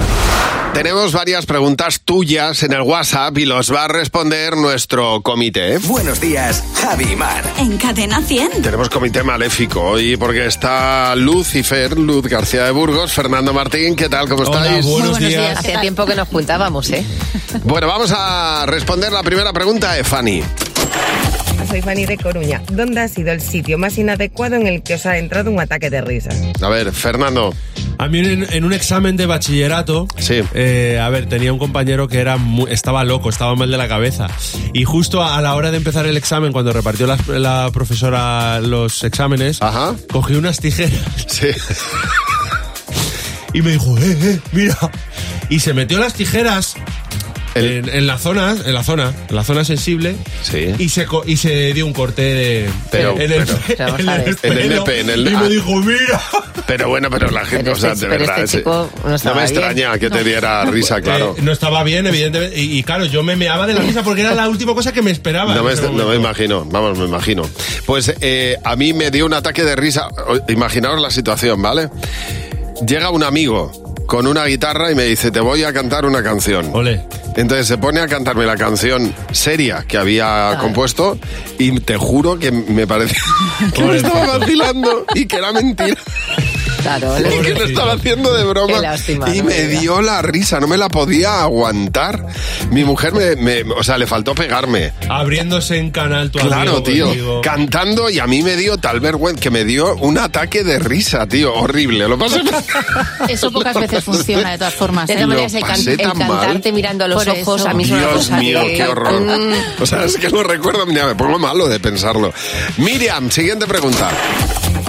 S3: Tenemos varias preguntas tuyas en el WhatsApp y los va a responder nuestro comité.
S2: Buenos días, Javimar.
S6: En Cadena 100.
S3: Tenemos comité maléfico hoy porque está Lucifer, Luz García de Burgos, Fernando Martín, ¿qué tal? ¿Cómo estáis?
S4: Hacía tiempo que nos juntábamos, ¿eh?
S3: Bueno, vamos a responder la primera pregunta de Fanny.
S21: Soy Fanny de Coruña. ¿Dónde ha sido el sitio más inadecuado en el que os ha entrado un ataque de risas?
S3: A ver, Fernando.
S5: A mí en, en un examen de bachillerato, eh, a ver, tenía un compañero que era mu- estaba loco, estaba mal de la cabeza. Y justo a la hora de empezar el examen, cuando repartió las- la, profesora los exámenes, cogió unas tijeras. Y me dijo, eh, eh, mira. Y se metió las tijeras. En, en la zona, en la zona, en la zona sensible. Y se, co- y se dio un corte de-
S3: Pero-
S5: en el,
S3: pero-
S5: pe-
S3: Vamos
S5: en
S3: a
S5: el
S3: ver.
S5: pelo.
S3: En el pe- en el-
S5: y
S3: ah.
S5: me dijo, mira.
S3: Pero bueno, pero la gente,
S5: Pero
S3: o sea,
S5: este-
S3: de
S5: pero
S3: verdad.
S5: este
S3: sí.
S5: chico no
S3: no,
S5: estaba
S3: me
S5: bien.
S3: extraña que te diera risa, claro.
S5: Eh, no estaba bien, evidentemente. Y, y claro, yo me meaba de la risa porque era la última cosa que me esperaba.
S3: No
S5: en
S3: me,
S5: ese
S3: no me
S5: momento.
S3: imagino, vamos, me imagino. Pues eh, a mí me dio un ataque de risa. O- Imaginaos la situación, ¿vale? Llega un amigo con una guitarra y me dice, te voy a cantar una canción. Entonces se pone a cantarme la canción seria que había compuesto y te juro que me parece que me estaba vacilando y que era mentira.
S4: Claro,
S3: Y que lo estaba haciendo de broma.
S4: Qué lástima,
S3: y
S4: no
S3: me
S4: me digas.
S3: dio la risa, no me la podía aguantar. Mi mujer me, me- o sea, le faltó pegarme.
S5: Abriéndose en canal tu
S3: Claro,
S5: amigo
S3: tío.
S5: contigo.
S3: Cantando y a mí me dio tal vergüenza que me dio un ataque de risa, tío. Horrible. Lo pasé mal.
S22: Eso pocas veces funciona, de todas formas.
S4: De
S3: ¿eh?
S4: todas maneras,
S3: Lo
S4: el, can-
S3: pasé
S4: el
S3: tan mal.
S4: cantarte mirando a los
S22: Por
S4: ojos
S22: eso.
S4: a mí es una
S3: Dios
S4: cosa
S3: mío,
S4: que- Mm.
S3: qué horror. O sea, es que lo recuerdo, mira, me pongo malo de pensarlo. Miriam, siguiente pregunta.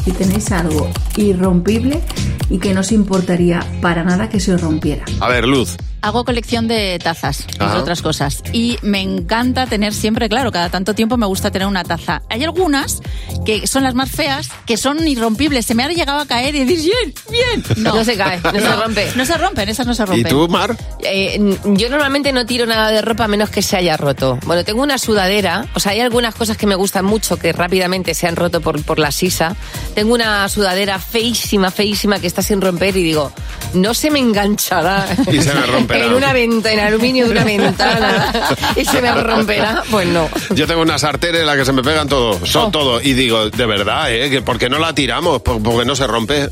S23: Si tenéis algo irrompible y que no os importaría para nada que se os rompiera.
S3: A ver, Luz.
S22: Hago colección de tazas,
S3: Ajá.
S22: entre otras cosas. Y me encanta tener siempre, claro, cada tanto tiempo me gusta tener una taza. Hay algunas que son las más feas, que son irrompibles. Se me ha llegado a caer y decir, bien, bien. No,
S4: No se cae, no se rompe.
S22: No se rompen, esas no se
S3: ¿Y
S22: rompen.
S3: tú, Mar?
S4: Eh, n- yo normalmente no tiro nada de ropa a menos que se haya roto. Bueno, tengo una sudadera, o sea, hay algunas cosas que me gustan mucho que rápidamente se han roto por, por la sisa. Tengo una sudadera feísima, feísima que está sin romper y digo, no se me enganchará.
S3: Y se me romperá.
S4: En una ventana, en aluminio de una ventana. y se me romperá. Pues no. Oh.
S3: Yo tengo una sartén en la que se me pegan todo, son todo. Y digo, de verdad, ¿eh? Que ¿Por qué no la tiramos? ¿Por- Porque no se rompe.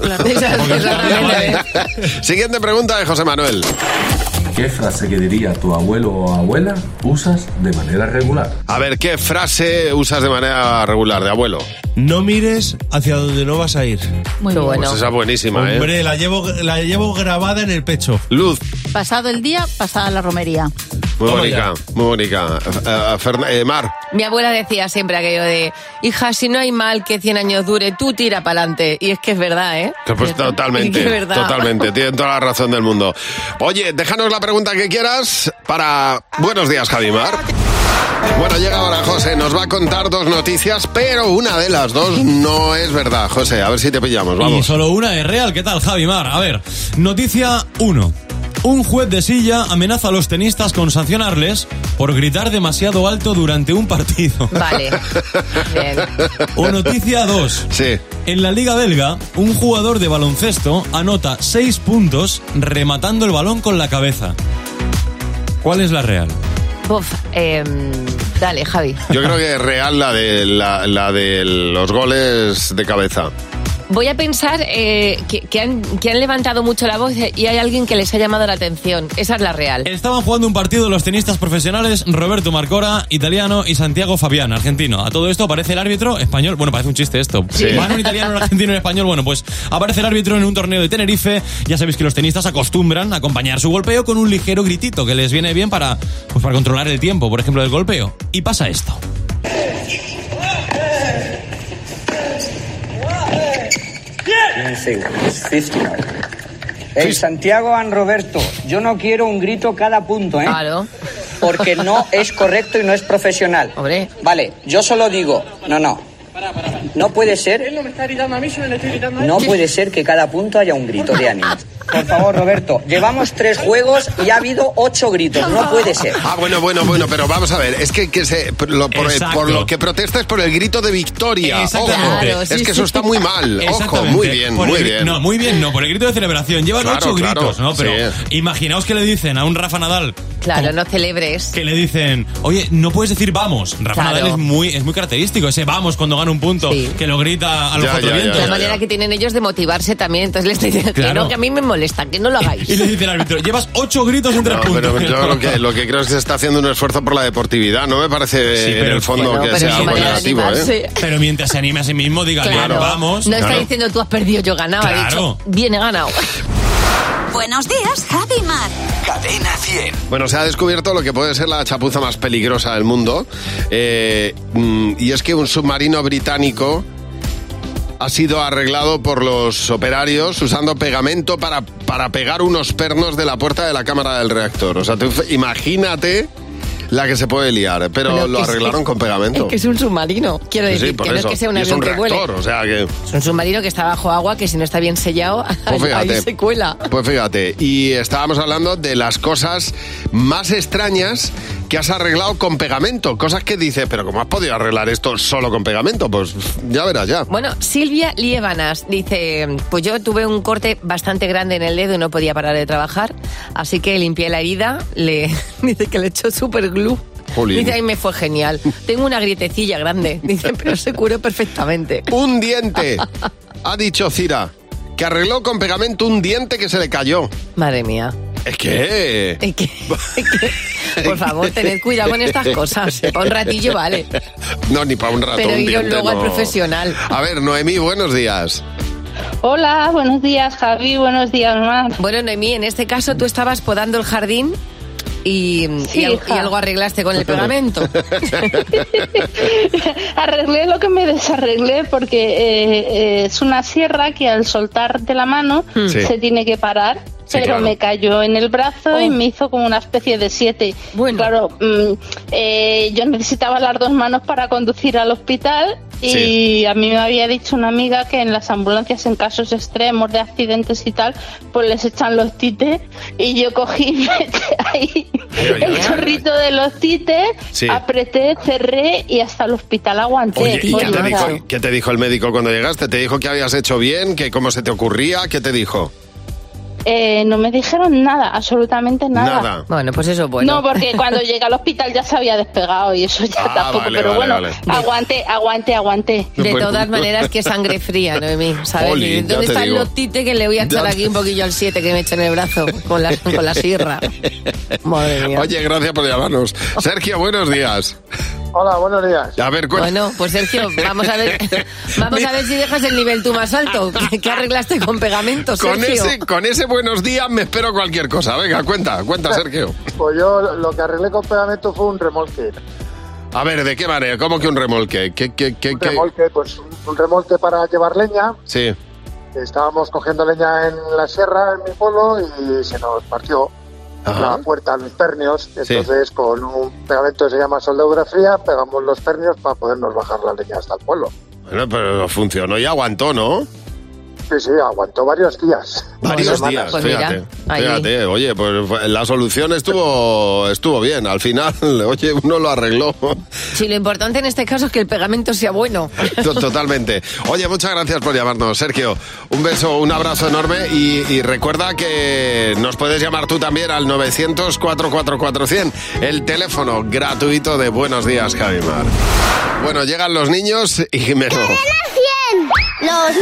S3: Siguiente pregunta de José Manuel.
S24: ¿Qué frase que diría tu abuelo o abuela usas de manera regular?
S3: A ver, ¿qué frase usas de manera regular de abuelo?
S5: No mires hacia donde no vas a ir.
S22: Muy
S3: Pues esa es buenísima, ¿eh?
S5: Hombre, la llevo, la llevo grabada en el pecho.
S3: Luz.
S22: Pasado el día, pasada la romería.
S3: Muy bonita, muy bonita. Eh, Ferna- eh, Mar.
S4: Mi abuela decía siempre aquello de, hija, si no hay mal que 100 años dure, tú tira para adelante. Y es que es verdad, ¿eh?
S3: Pues
S4: Es
S3: totalmente,
S4: verdad.
S3: totalmente, tienen toda la razón del mundo. Oye, déjanos la pregunta que quieras para Buenos días, Javimar. Bueno, llega ahora José, nos va a contar dos noticias, pero una de las dos no es verdad. José, a ver si te pillamos,
S25: Y
S3: vamos.
S25: solo una es real. ¿Qué tal, Javi Mar? A ver, noticia 1. Un juez de silla amenaza a los tenistas con sancionarles por gritar demasiado alto durante un partido.
S4: Vale.
S25: O noticia 2.
S3: Sí.
S25: En la Liga Belga, un jugador de baloncesto anota 6 puntos rematando el balón con la cabeza. ¿Cuál es la real?
S4: Buf, eh, dale, Javi.
S3: Yo creo que es real la de, la, la de los goles de cabeza.
S4: Voy a pensar eh, que, que han, que han levantado mucho la voz y hay alguien que les ha llamado la atención. Esa es la real.
S25: Estaban jugando un partido los tenistas profesionales Roberto Marcora, italiano, y Santiago Fabián, argentino. A todo esto aparece el árbitro español. Bueno, parece un chiste esto.
S3: Sí.
S25: Van un italiano, un argentino y un español. Bueno, pues aparece el árbitro en un torneo de Tenerife. Ya sabéis que los tenistas acostumbran a acompañar su golpeo con un ligero gritito que les viene bien para, pues, para controlar el tiempo, por ejemplo, del golpeo. Y pasa esto.
S26: Hey, Santiago and Roberto, yo no quiero un grito cada punto, ¿eh?
S4: Claro.
S26: Porque no es correcto y no es profesional. Vale, yo solo digo, no, no. No puede ser,
S27: Él no me está gritando a mí, yo no le estoy gritando a él.
S26: no puede ser que cada punto haya un grito de ánimo. Por favor, Roberto, llevamos tres juegos y ha habido ocho gritos. No puede ser.
S3: Ah, bueno, bueno, bueno, pero vamos a ver. Es que, que se, por, lo, por, el-
S26: Exacto.
S3: por lo que protesta es por el grito de victoria. Ojo,
S25: Exactamente.
S3: es que eso está muy mal. Ojo,
S25: Exactamente.
S3: muy bien,
S25: Por
S3: muy
S25: el gri-
S3: bien.
S25: No, muy bien, no, por el grito de celebración. Llevan
S3: Claro,
S25: ocho
S3: claro,
S25: gritos, ¿no? Pero
S3: sí.
S25: imaginaos que le dicen a un Rafa Nadal
S4: Claro, no celebres.
S25: que le dicen, oye, no puedes decir vamos. Rafa
S4: Claro.
S25: Nadal es muy, es muy característico, ese vamos cuando gana un punto, que lo grita a los
S3: Ya,
S25: cuatro
S3: ya, ya,
S25: vientos.
S3: ya,
S4: La manera que tienen ellos de motivarse también, entonces les dicen que
S25: Claro.
S4: no, que a mí me molesta, que no lo hagáis.
S25: Y le dice el árbitro, llevas ocho gritos en tres
S3: No,
S25: puntos.
S3: pero yo lo que, lo que creo es que se está haciendo un esfuerzo por la deportividad. No me parece
S25: Sí,
S3: en el fondo
S25: bueno,
S3: que
S25: pero
S3: sea
S25: su
S3: algo
S25: manera de
S3: negativo.
S25: animarse.
S3: ¿eh?
S25: Pero mientras se anime a sí mismo, diga,
S4: Claro.
S25: "Bien, vamos.
S4: No está
S25: Claro.
S4: diciendo tú has perdido, yo ganaba. ha
S25: Claro.
S4: dicho, bien he ganado.
S6: Buenos días, Javi Mar.
S2: Cadena 100.
S3: Bueno, se ha descubierto lo que puede ser la chapuza más peligrosa del mundo. Eh, mm, y es que un submarino británico ha sido arreglado por los operarios usando pegamento para, para pegar unos pernos de la puerta de la cámara del reactor. O sea, tú f- imagínate la que se puede liar, pero
S4: Bueno,
S3: lo
S4: que es-
S3: arreglaron con pegamento.
S4: Es que es un submarino. Quiero
S3: Sí, sí,
S4: decir,
S3: por
S4: que no es
S3: eso.
S4: que sea un
S3: Y es
S4: avión
S3: un
S4: que vuele.
S3: reactor, o sea que...
S4: Es un submarino que está bajo agua, que si no está bien sellado,
S3: Pues
S4: ahí
S3: fíjate.
S4: se cuela.
S3: Pues fíjate, y estábamos hablando de las cosas más extrañas que has arreglado con pegamento. Cosas que dices, pero ¿cómo has podido arreglar esto solo con pegamento? Pues ya verás, ya.
S4: Bueno, Silvia Liebanas dice, pues yo tuve un corte bastante grande en el dedo y no podía parar de trabajar, así que limpié la herida, le dice que le echó super glue.
S3: Jolín.
S4: Dice, ahí me fue genial. Tengo una grietecilla grande. Dice, pero se curó perfectamente.
S3: Un diente, ha dicho Cira, que arregló con pegamento un diente que se le cayó.
S4: Madre mía.
S3: Es que...
S4: Es que- es que- por favor, tened cuidado con estas cosas. Para un ratillo vale.
S3: No, ni para un rato.
S4: Pero
S3: un
S4: iros
S3: diente
S4: luego al
S3: no.
S4: profesional.
S3: A ver, Noemí, buenos días.
S1: Hola, buenos días Javi, buenos días Mar.
S4: Bueno, Noemí, en este caso tú estabas podando el jardín y, y
S1: Sí,
S4: al- y
S1: hija.
S4: algo arreglaste con el pegamento.
S1: Arreglé lo que me desarreglé porque eh, eh, es una sierra que al soltar de la mano
S13: Hmm. Sí.
S1: se tiene que parar.
S13: Sí,
S1: pero
S13: claro.
S1: me cayó en el brazo y me hizo como una especie de siete. Bueno. Claro, mm, eh, yo necesitaba las dos manos para conducir al hospital y
S13: Sí.
S1: a mí me había dicho una amiga que en las ambulancias en casos extremos de accidentes y tal, pues les echan los tites y yo cogí y me eché ahí el chorrito de los tites,
S3: Sí.
S1: apreté, cerré y hasta el hospital aguanté.
S3: Oye, ¿y
S1: Pues
S3: qué te,
S1: nada.
S3: dijo, qué te dijo el médico cuando llegaste? ¿Te dijo que habías hecho bien? ¿Que cómo se te ocurría? ¿Qué te dijo?
S1: Eh, no me dijeron nada, absolutamente nada.
S3: Nada.
S4: Bueno, pues eso
S1: No, porque cuando llegué al hospital ya se había despegado y eso ya
S3: Ah,
S1: tampoco.
S3: vale,
S1: pero
S3: vale,
S1: bueno,
S3: vale.
S1: aguanté, aguanté, aguanté.
S4: De todas maneras, que sangre fría, Noemí, ¿sabes?
S1: pues, Oli,
S4: Y,
S1: ya
S4: ¿Dónde
S1: te
S4: están
S1: digo.
S4: los tites que le voy a echar
S1: Ya te-
S4: aquí un poquillo al 7 que me echa en el brazo con la, con la sierra? Madre mía.
S3: Oye, gracias por llamarnos. Sergio, buenos días.
S19: Hola, buenos días.
S3: A ver, cuéntame.
S4: Bueno, pues Sergio, vamos a ver, vamos a ver si dejas el nivel tú más alto. ¿Qué, qué arreglaste con pegamento,
S3: Con
S4: Sergio?
S3: ese, con ese buenos días me espero cualquier cosa. Venga, cuenta, cuenta, Sergio.
S19: Pues yo lo que arreglé con pegamento fue un remolque.
S3: A ver, ¿de qué manera? ¿Cómo que un remolque? ¿Qué, qué, qué,
S19: Un
S3: qué?
S19: remolque, pues un- un remolque para llevar leña.
S3: Sí.
S19: Estábamos cogiendo leña en la sierra, en mi pueblo, y se nos partió
S3: Ajá.
S19: la puerta, los pernios. Entonces, con un pegamento que se llama soldadura fría, pegamos los pernios para podernos bajar la leña hasta el pueblo.
S3: Bueno, pero funcionó y aguantó, ¿no?
S19: Sí, sí, aguantó varios días.
S3: Varios
S4: pues
S19: Semanas.
S3: días, fíjate. Fíjate, oye, pues fue- la solución estuvo, estuvo bien. Al final, oye, uno lo arregló.
S4: Sí, lo importante en este caso es que el pegamento sea bueno.
S3: To- Totalmente. Oye, muchas gracias por llamarnos, Sergio. Un beso, un abrazo enorme y, y recuerda que nos puedes llamar tú también al 900-444-100, el teléfono gratuito de Buenos Días, Javimar. Bueno, llegan los niños y Jimeno.
S13: ¡Los niños!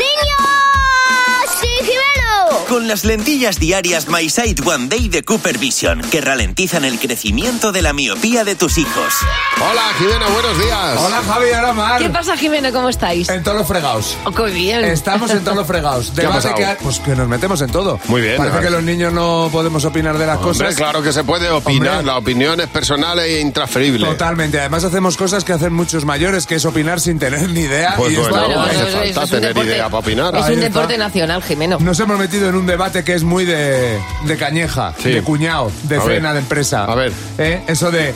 S13: ¡Sí, Jimeno!
S2: Con las lentillas diarias My Sight One Day de Cooper Vision, que ralentizan el crecimiento de la miopía de tus hijos.
S3: Hola, Jimeno, buenos días.
S16: Hola, Javi, hola, Mar.
S4: ¿Qué pasa, Jimeno? ¿Cómo estáis?
S16: En todos los fregados.
S4: Oh, qué bien.
S16: Estamos en todos los fregados.
S3: ¿Qué ha
S16: Debate
S3: pasado?
S16: que ha- pues que nos metemos en todo. Muy
S3: bien,
S16: Parece
S3: Mar.
S16: que los niños no podemos opinar de las
S3: Hombre,
S16: cosas.
S3: claro que se puede opinar, la opinión es personal e intransferible.
S16: Totalmente. Además hacemos cosas que hacen muchos mayores, que es opinar sin tener ni idea.
S3: Pues
S16: y es ¿eh?
S3: bueno,
S16: la
S3: no
S16: bomba.
S3: hace falta tener idea para opinar.
S4: Es
S16: Ahí
S4: un
S16: está.
S4: deporte nacional, Jimeno.
S16: Nos hemos metido en un debate que es muy de, de cañeja,
S3: Sí.
S16: de cuñado, de
S3: A ver.
S16: cena, de empresa.
S3: A ver.
S16: ¿Eh? Eso de,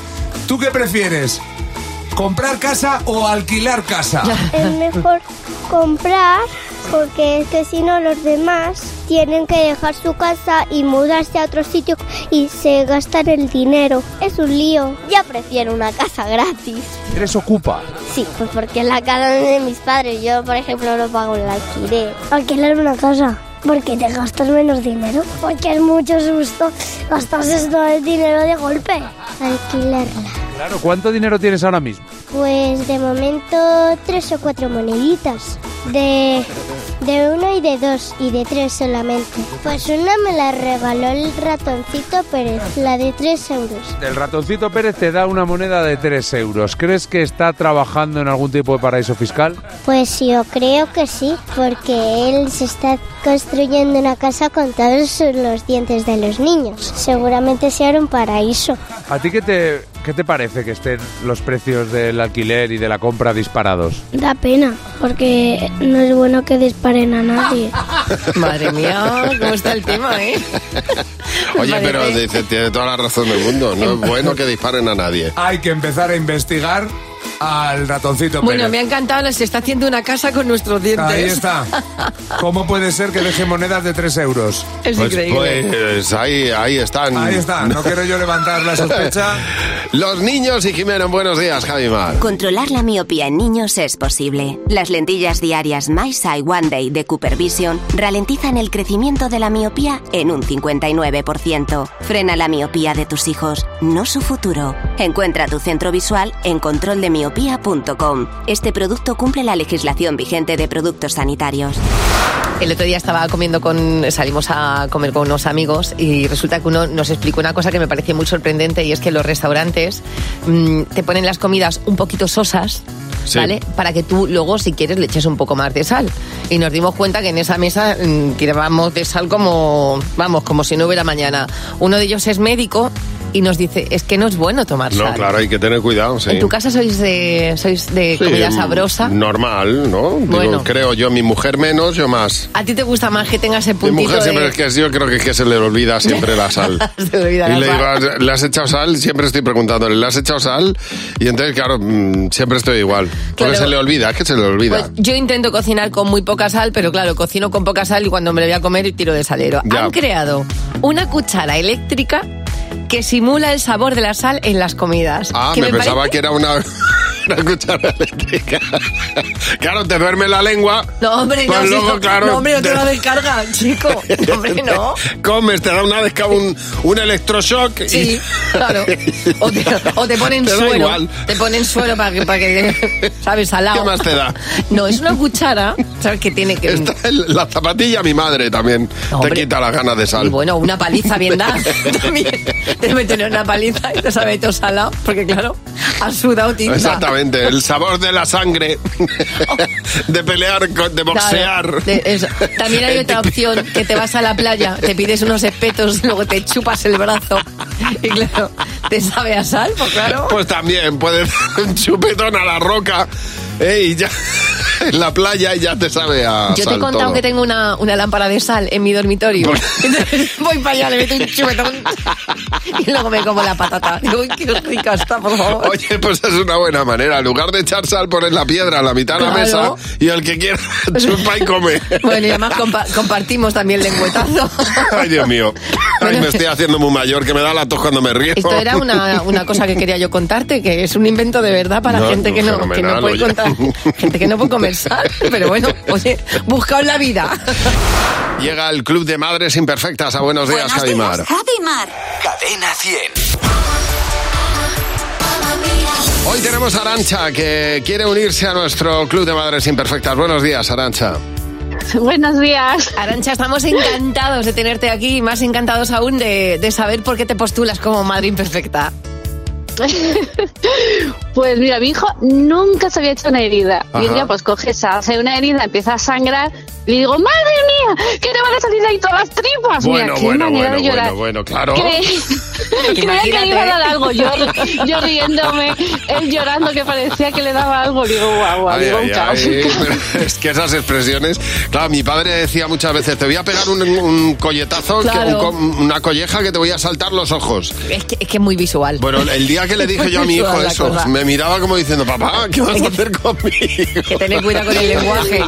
S16: ¿tú qué prefieres? ¿Comprar casa o alquilar casa?
S13: Es mejor comprar porque es que si no los demás tienen que dejar su casa y mudarse a otro sitio y se gastan el dinero. Es un lío. Yo prefiero una casa gratis.
S16: ¿Eres ocupa?
S13: Sí, pues porque es la casa de mis padres. Yo, por ejemplo, no pago el alquiler. Alquilar una casa. Porque te gastas menos dinero. Porque es mucho susto gastarse todo el dinero de golpe. Alquilarla.
S16: Claro, ¿cuánto dinero tienes ahora mismo?
S13: Pues de momento tres o cuatro moneditas. De, de uno y de dos y de tres solamente. Pues una me la regaló el ratoncito Pérez, la de tres euros.
S16: El ratoncito Pérez te da una moneda de 3 euros. ¿Crees que está trabajando en algún tipo de paraíso fiscal?
S13: Pues yo creo que sí, porque él se está construyendo una casa con todos los dientes de los niños. Seguramente sea un paraíso.
S16: ¿A ti qué te, qué te parece que estén los precios del alquiler y de la compra disparados?
S13: Da pena, porque no es bueno que disparen a nadie.
S4: Madre mía, oh, ¿cómo está el tema, eh?
S3: Oye, pero dice, tiene toda la razón del mundo. No es bueno que disparen a nadie.
S16: Hay que empezar a investigar al ratoncito
S4: Bueno,
S16: Pérez.
S4: me ha encantado, se está haciendo una casa con nuestros dientes.
S16: Ahí está. ¿Cómo puede ser que deje monedas de 3 euros?
S4: Es
S3: Pues, pues, ahí, ahí están.
S16: Ahí está, no quiero yo levantar la sospecha.
S3: Los niños y Jimeno, buenos días, Javi Mar.
S28: Controlar la miopía en niños es posible. Las lentillas diarias My Sight One Day de Cooper Vision ralentizan el crecimiento de la miopía en un 59%. Frena la miopía de tus hijos, no su futuro. Encuentra tu centro visual en controldemiopía.com. Este producto cumple la legislación vigente de productos sanitarios.
S4: El otro día estaba comiendo con, salimos a comer con unos amigos y resulta que uno nos explicó una cosa que me parecía muy sorprendente y es que los restaurantes mm, te ponen las comidas un poquito sosas,
S9: Sí.
S4: ¿vale? Para que tú luego, si quieres, le eches un poco más de sal. Y nos dimos cuenta que en esa mesa mm, tirábamos de sal como, vamos, como si no hubiera mañana. Uno de ellos es médico y nos dice, es que no es bueno tomar
S3: No,
S4: sal.
S3: claro, hay que tener cuidado, sí.
S4: En tu casa sois de, sois de
S3: Sí,
S4: comida
S3: mm,
S4: sabrosa.
S3: Normal, ¿no? Digo,
S4: Bueno.
S3: creo yo, mi mujer menos, yo más.
S4: ¿A ti te gusta más que tengas el
S3: Mi
S4: puntito
S3: mujer siempre
S4: de-
S3: es que yo creo que, es que se le olvida siempre la sal.
S4: de olvidar
S3: Y
S4: la
S3: le
S4: sal?
S3: digo, ¿le has echado sal? Siempre estoy preguntándole, ¿le has echado sal? Y entonces, claro, mm, siempre estoy igual. Porque
S4: Claro.
S3: se le olvida, es que se le olvida.
S4: Pues yo intento cocinar con muy poca sal, pero claro, cocino con poca sal y cuando me lo voy a comer tiro de salero.
S3: Ya.
S4: Han creado una cuchara eléctrica que simula el sabor de la sal en las comidas.
S3: Ah,
S4: Que
S3: me,
S4: me
S3: pensaba
S4: parece-
S3: que era una, una cuchara eléctrica. claro, te duerme la lengua.
S4: No, hombre,
S3: Pues
S4: no,
S3: luego,
S4: si no-
S3: claro,
S4: no, hombre, no te
S3: te-
S4: lo descarga, chico. No, hombre, no.
S3: Comes, te da una descarga, un, un electroshock. y-
S4: Sí, claro. O te, o te ponen
S3: Te da
S4: suelo.
S3: igual.
S4: Te ponen suelo para que, para que ¿sabes? Salado.
S3: ¿Qué más te da?
S4: No, es una cuchara, ¿sabes? Que tiene que...
S3: Está el- la zapatilla, mi madre también te quita las ganas de sal.
S4: Bueno, una paliza bien dada. También te meten una paliza y te sabe todo salado, porque claro, has sudado tinta.
S3: Exactamente, el sabor de la sangre, de pelear, con- de
S4: Oh. Claro,
S3: boxear.
S4: de- eso. También hay otra opción, que te vas a la playa, te pides unos espetos, luego te chupas el brazo y claro, te sabe a sal, pues claro.
S3: Pues también puedes dar un chupetón a la roca eh, y ya en la playa y ya te sabe a
S4: Yo te he
S3: sal
S4: contado
S3: todo.
S4: que tengo una, una lámpara de sal en mi dormitorio. Entonces voy para allá, le meto un chupetón y luego me como la patata. Digo, "Uy, qué rica está, por favor.
S3: Oye, pues es una buena manera. En lugar de echar sal, pones la piedra a la mitad de la mesa
S4: Claro.
S3: y el que quiera chupa y come.
S4: Bueno, y además compa- compartimos también lengüetazo.
S3: Ay, Dios mío. Ay, me estoy haciendo muy mayor, que me da la tos cuando me río.
S4: Esto era una, una cosa que quería yo contarte, que es un invento de verdad para
S3: No,
S4: gente que no, que no
S3: fenomenal,
S4: puede
S3: oye.
S4: contar, gente que no puede conversar. Pero bueno, oye, buscaos la vida.
S3: Llega el Club de Madres Imperfectas. A buenos días,
S6: Buenos días,
S3: Javimar.
S6: Javi Mar.
S2: Cadena 100.
S3: Hoy tenemos a Arancha, que quiere unirse a nuestro Club de Madres Imperfectas. Buenos días, Arancha.
S4: Buenos días. Arancha, estamos encantados de tenerte aquí y más encantados aún de, de saber por qué te postulas como madre imperfecta.
S18: Pues mira, mi hijo nunca se había hecho una herida. Y
S3: Ajá.
S18: un día pues coge, se hace una herida, empieza a sangrar. Y le digo, madre mía, que te van a salir ahí todas las tripas. mira,
S3: bueno,
S18: qué
S3: bueno,
S18: manera
S3: bueno,
S18: de llorar.
S3: bueno, bueno, claro.
S18: Cre- Creía que
S4: Imagínate.
S18: le iba a dar algo, yo, yo riéndome, él llorando que parecía que le daba algo. Digo, guau, guau,
S3: Ay,
S18: digo, un
S3: ay,
S18: caos.
S3: ay, pero es que esas expresiones. Claro, mi padre decía muchas veces: Te voy a pegar un, un colletazo, que-
S4: Claro.
S3: un co- una colleja que te voy a saltar los ojos.
S4: Es que es, que es muy visual.
S3: Bueno, el día ¿Sabes qué le dije yo a mi hijo
S4: Toda la
S3: eso?
S4: cosa.
S3: Me miraba como diciendo, papá, ¿qué vas a hacer conmigo?
S4: Que tener cuidado con el lenguaje.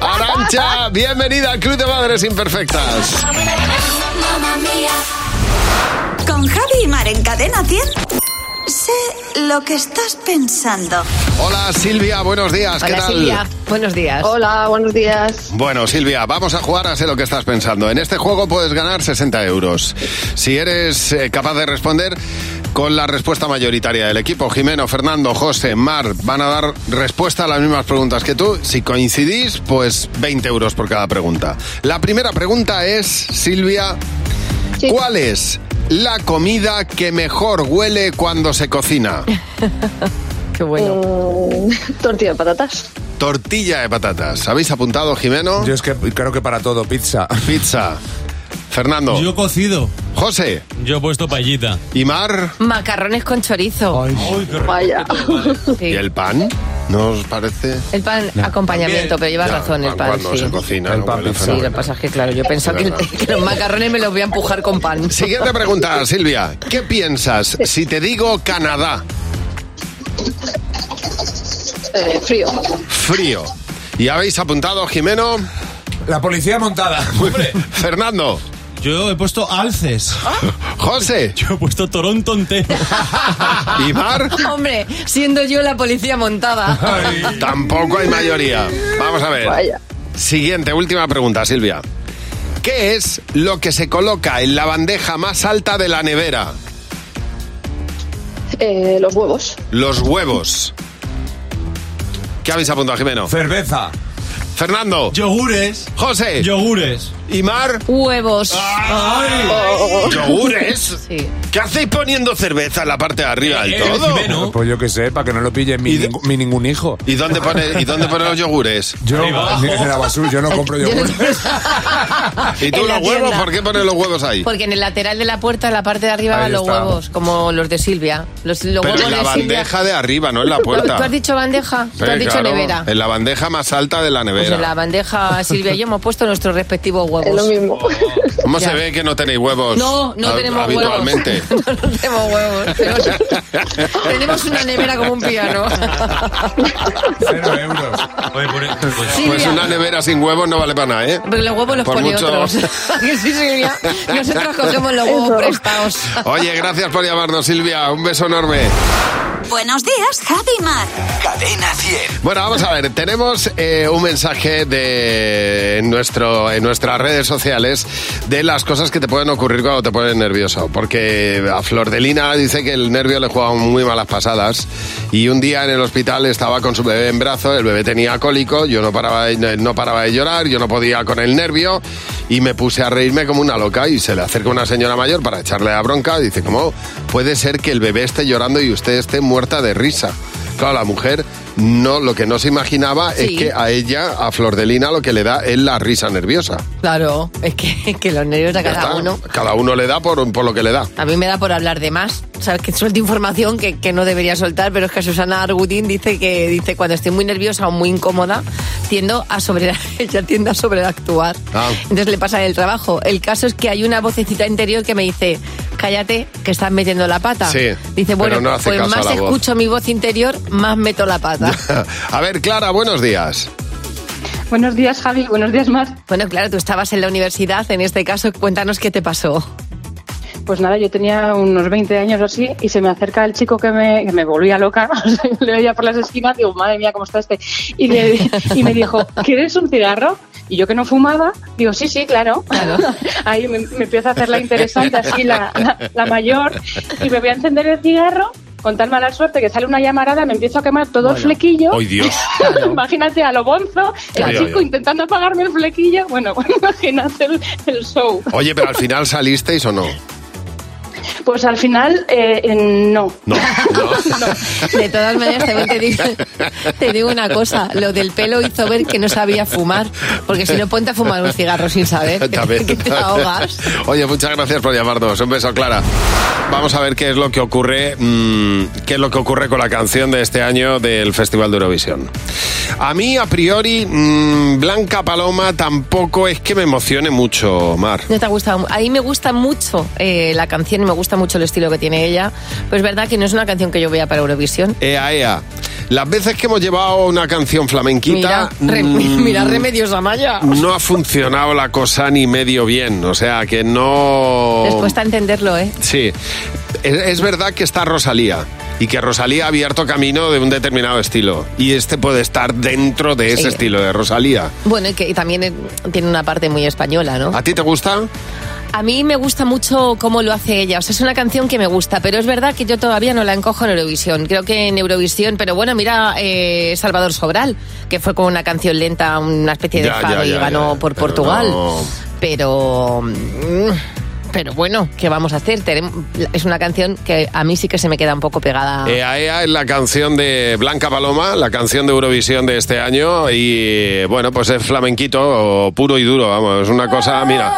S3: Arancha, bienvenida al Club de Madres Imperfectas.
S6: Con Javi y Mar en Cadena 100. Sé lo que estás pensando.
S3: Hola Silvia, buenos días, ¿qué tal?
S4: buenos días.
S17: Hola, buenos días.
S3: Bueno, Silvia, vamos a jugar a sé lo que estás pensando. En este juego puedes ganar 60 euros. Si eres eh, capaz de responder con la respuesta mayoritaria del equipo, Jimeno, Fernando, José, Mar, van a dar respuesta a las mismas preguntas que tú. Si coincidís, pues 20 euros por cada pregunta. La primera pregunta es, Silvia, ¿cuál es la comida que mejor huele cuando se cocina?
S4: Qué bueno.
S17: Eh, tortilla de patatas.
S3: Tortilla de patatas. ¿Habéis apuntado, Jimeno? Yo es que creo que para todo, pizza. Pizza. Fernando. Yo cocido. José.
S25: Yo he puesto paellita.
S3: ¿Y Mar?
S4: Macarrones con chorizo.
S17: Vaya.
S3: ¿Y el pan? ¿No os parece?
S4: El pan, acompañamiento, pero llevas
S3: Ya,
S4: razón, el pan,
S3: Cuando
S4: sí.
S3: se cocina. no huele
S4: Sí, lo
S3: fenomenal.
S4: que pasa es que, claro, yo pensaba que,
S3: verdad.
S4: que los macarrones me los voy a empujar con pan.
S3: Siguiente pregunta, Silvia. ¿Qué piensas si te digo Canadá?
S17: frío.
S3: Frío. ¿Y habéis apuntado, Jimeno? La policía montada. Fernando.
S25: Yo he puesto alces.
S3: José.
S25: Yo he puesto Toronto entero.
S3: ¿Y Mar?
S4: Hombre, siendo yo la policía montada.
S3: Tampoco hay mayoría. Vamos a ver.
S4: Vaya.
S3: Siguiente, última pregunta, Silvia. ¿Qué es lo que se coloca en la bandeja más alta de la nevera?
S17: eh, los huevos.
S3: Los huevos. ¿Qué habéis apuntado, Jimeno? Cerveza. Fernando. Yogures. José. Yogures. ¿Y Mar?
S4: Huevos.
S3: Oh. ¿Yogures? ¿Qué hacéis poniendo cerveza en la parte de arriba del todo?
S16: Pues yo que sé, para que no lo pille mi, ningú- mi ningún hijo.
S3: ¿Y dónde pone, ¿Y dónde pone los yogures?
S16: Yo, en la basura, yo no compro yogur.
S3: ¿Y tú
S4: En la tienda.
S3: los huevos?
S4: Pues,
S3: ¿Por qué pones los huevos ahí?
S4: Porque en el lateral de la puerta, en la parte de arriba,
S3: Ahí
S4: van los
S3: está.
S4: huevos, como los de Silvia. Los, los
S3: Pero
S4: huevos
S3: en la
S4: de Silvia.
S3: bandeja de arriba, no en la
S4: ¿Tú- ¿Tú has
S3: puerta.
S4: dicho bandeja? ¿Tú
S3: Sí,
S4: has dicho
S3: claro, Eh,
S4: nevera?
S3: En la bandeja más alta de la nevera.
S4: Pues en la bandeja, Silvia y yo hemos puesto nuestros respectivos huevos. Es lo mismo.
S3: ¿Cómo
S4: Ya.
S3: se ve que no tenéis huevos?
S4: No, no
S3: hab-
S4: tenemos huevos.
S3: habitualmente?
S4: Tenemos huevos. Tenemos, tenemos una nevera como un piano.
S3: Pues una nevera sin huevos no vale para nada, ¿eh?
S4: Pero los huevos los
S3: Por
S4: pone
S3: mucho-
S4: otros. Que sí, Silvia. Nosotros cogemos los huevos prestados.
S3: Oye, gracias por llamarnos, Silvia. Un beso enorme.
S6: Buenos días, Javi y Mar.
S2: Cadena 100.
S3: Bueno, vamos a ver, tenemos eh, un mensaje de en nuestro, en nuestras redes sociales de las cosas que te pueden ocurrir cuando te pones nervioso. Porque a Flor de Lina dice que el nervio le juega muy malas pasadas. Y un día en el hospital estaba con su bebé en brazos, el bebé tenía cólico, yo no paraba, de- no paraba de llorar, yo no podía con el nervio. Y me puse a reírme como una loca y se le acerca una señora mayor para echarle la bronca. Dice, ¿cómo puede ser que el bebé esté llorando y usted esté muerta de risa? Claro, la mujer no, lo que no se imaginaba
S4: Sí.
S3: es que a ella, a Flor de Lina, lo que le da es la risa nerviosa.
S4: Claro, es que, que los nervios a
S3: Ya
S4: cada
S3: está.
S4: uno.
S3: Cada uno le da por, por lo que le da.
S4: A mí me da por hablar de más. Sabes que suelto información que, que no debería soltar, pero es que Susana Argudín dice que dice cuando estoy muy nerviosa o muy incómoda, tiendo a sobre ella tiende a sobreactuar.
S3: Ah.
S4: Entonces le pasa en el trabajo. El caso es que hay una vocecita interior que me dice, cállate, que estás metiendo la pata.
S3: Sí,
S4: dice,
S3: pero
S4: bueno,
S3: no hace
S4: pues
S3: caso a
S4: más
S3: la voz.
S4: escucho mi voz interior, más meto la pata.
S3: a ver, Clara, buenos días.
S4: Buenos días, Javi. Buenos días, Mar. Bueno, claro, tú estabas en la universidad, en este caso, cuéntanos qué te pasó.
S9: Pues nada, yo tenía unos 20 años o así y se me acerca el chico que me, que me volvía loca, o sea, le veía por las esquinas, digo, madre mía, ¿cómo está este? Y, le- y me dijo, ¿quieres un cigarro? Y yo que no fumaba, digo, sí, sí, claro. Ahí me, me empieza a hacer la interesante, así la, la- la mayor, y me voy a encender el cigarro. Con tal mala suerte que sale una llamarada, me empiezo a quemar todo el flequillo.
S3: ¡Ay, Dios!
S9: imagínate a lo bonzo, el
S3: Claro.
S9: chico intentando apagarme el flequillo. Bueno, imagínate el- el show.
S3: Oye, pero al final salisteis o no?
S9: Pues al final, eh, eh, no.
S3: No.
S4: De todas maneras, también te digo, te digo una cosa. Lo del pelo hizo ver que no sabía fumar. Porque si no, ponte a fumar un cigarro sin saber.
S3: Tal vez.
S4: Que te ahogas.
S3: Oye, muchas gracias por llamarnos. Un beso, Clara. Vamos a ver qué es lo que ocurre, mm, qué es lo que ocurre con la canción de este año del Festival de Eurovisión. A mí, a priori, mm, Blanca Paloma tampoco es que me emocione mucho, Mar.
S4: No te ha gustado. mu- A mí me gusta mucho eh, la canción, me gusta mucho el estilo que tiene ella, pues es verdad que no es una canción que yo vea para Eurovisión.
S3: Ea, ea. Eh, Las veces que hemos llevado una canción flamenquita.
S4: mira, re-
S3: mm,
S4: mira Remedios Amaya.
S3: No ha funcionado la cosa ni medio bien. O sea, que no.
S4: Les cuesta entenderlo, ¿eh?
S3: Sí. Es, es verdad que está Rosalía. Y que Rosalía ha abierto camino de un determinado estilo. Y este puede estar dentro de ese
S4: Sí.
S3: estilo de Rosalía.
S4: Bueno, y que y también eh, tiene una parte muy española, ¿no?
S3: ¿A ti te gusta?
S4: A mí me gusta mucho cómo lo hace ella. O sea, es una canción que me gusta, pero es verdad que yo todavía no la encojo en Eurovisión. Creo que en Eurovisión, pero bueno, mira eh, Salvador Sobral, que fue con una canción lenta, una especie de
S3: Ya,
S4: fado
S3: ya,
S4: y
S3: ya,
S4: ganó
S3: ya,
S4: por
S3: pero
S4: Portugal.
S3: no.
S4: Pero. mm, Pero bueno, ¿qué vamos a hacer? Tenem- Es una canción que a mí sí que se me queda un poco pegada.
S3: Ea Ea es Eh, la canción de Blanca Paloma, la canción de Eurovisión de este año y bueno, pues es flamenquito puro y duro, vamos, es una cosa, mira.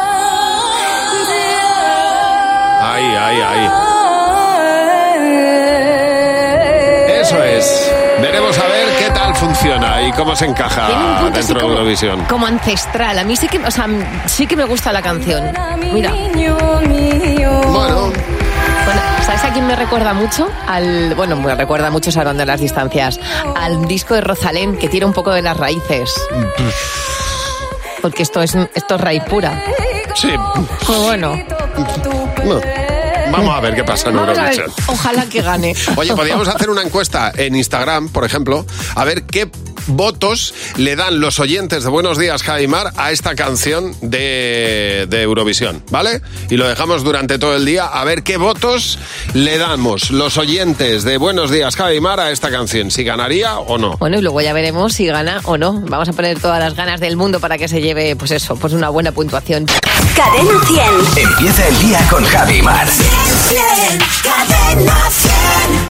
S3: Ahí, ahí, ahí. Eso es. Veremos a ver qué tal funciona y cómo se
S4: Tiene un
S3: encaja
S4: punto así
S3: dentro de
S4: como-
S3: Eurovisión.
S4: Como ancestral. A mí sí que, o sea, sí que me gusta la canción. Mira.
S3: Bueno.
S4: ¿Sabes a quién me recuerda mucho? Al, bueno, me recuerda mucho salvando las distancias. Al disco de Rosalén, que tira un poco de las raíces. Porque esto es, esto es raíz pura.
S3: Sí.
S4: Pues bueno.
S3: No. Vamos a ver qué pasa en
S4: Vamos a ver,
S3: Eurovisión.
S4: ojalá que gane.
S3: Oye, podríamos hacer una encuesta en Instagram, por ejemplo, a ver qué votos le dan los oyentes de Buenos Días, Jaimar, a esta canción de, de Eurovisión, ¿vale? Y lo dejamos durante todo el día a ver qué votos le damos los oyentes de Buenos Días, Jaimar, a esta canción, si ganaría o no.
S4: Bueno, y luego ya veremos si gana o no. Vamos a poner todas las ganas del mundo para que se lleve, pues eso, pues una buena puntuación.
S6: Cadena 100.
S2: Empieza el día con Javi Mar.
S6: Cadena 100.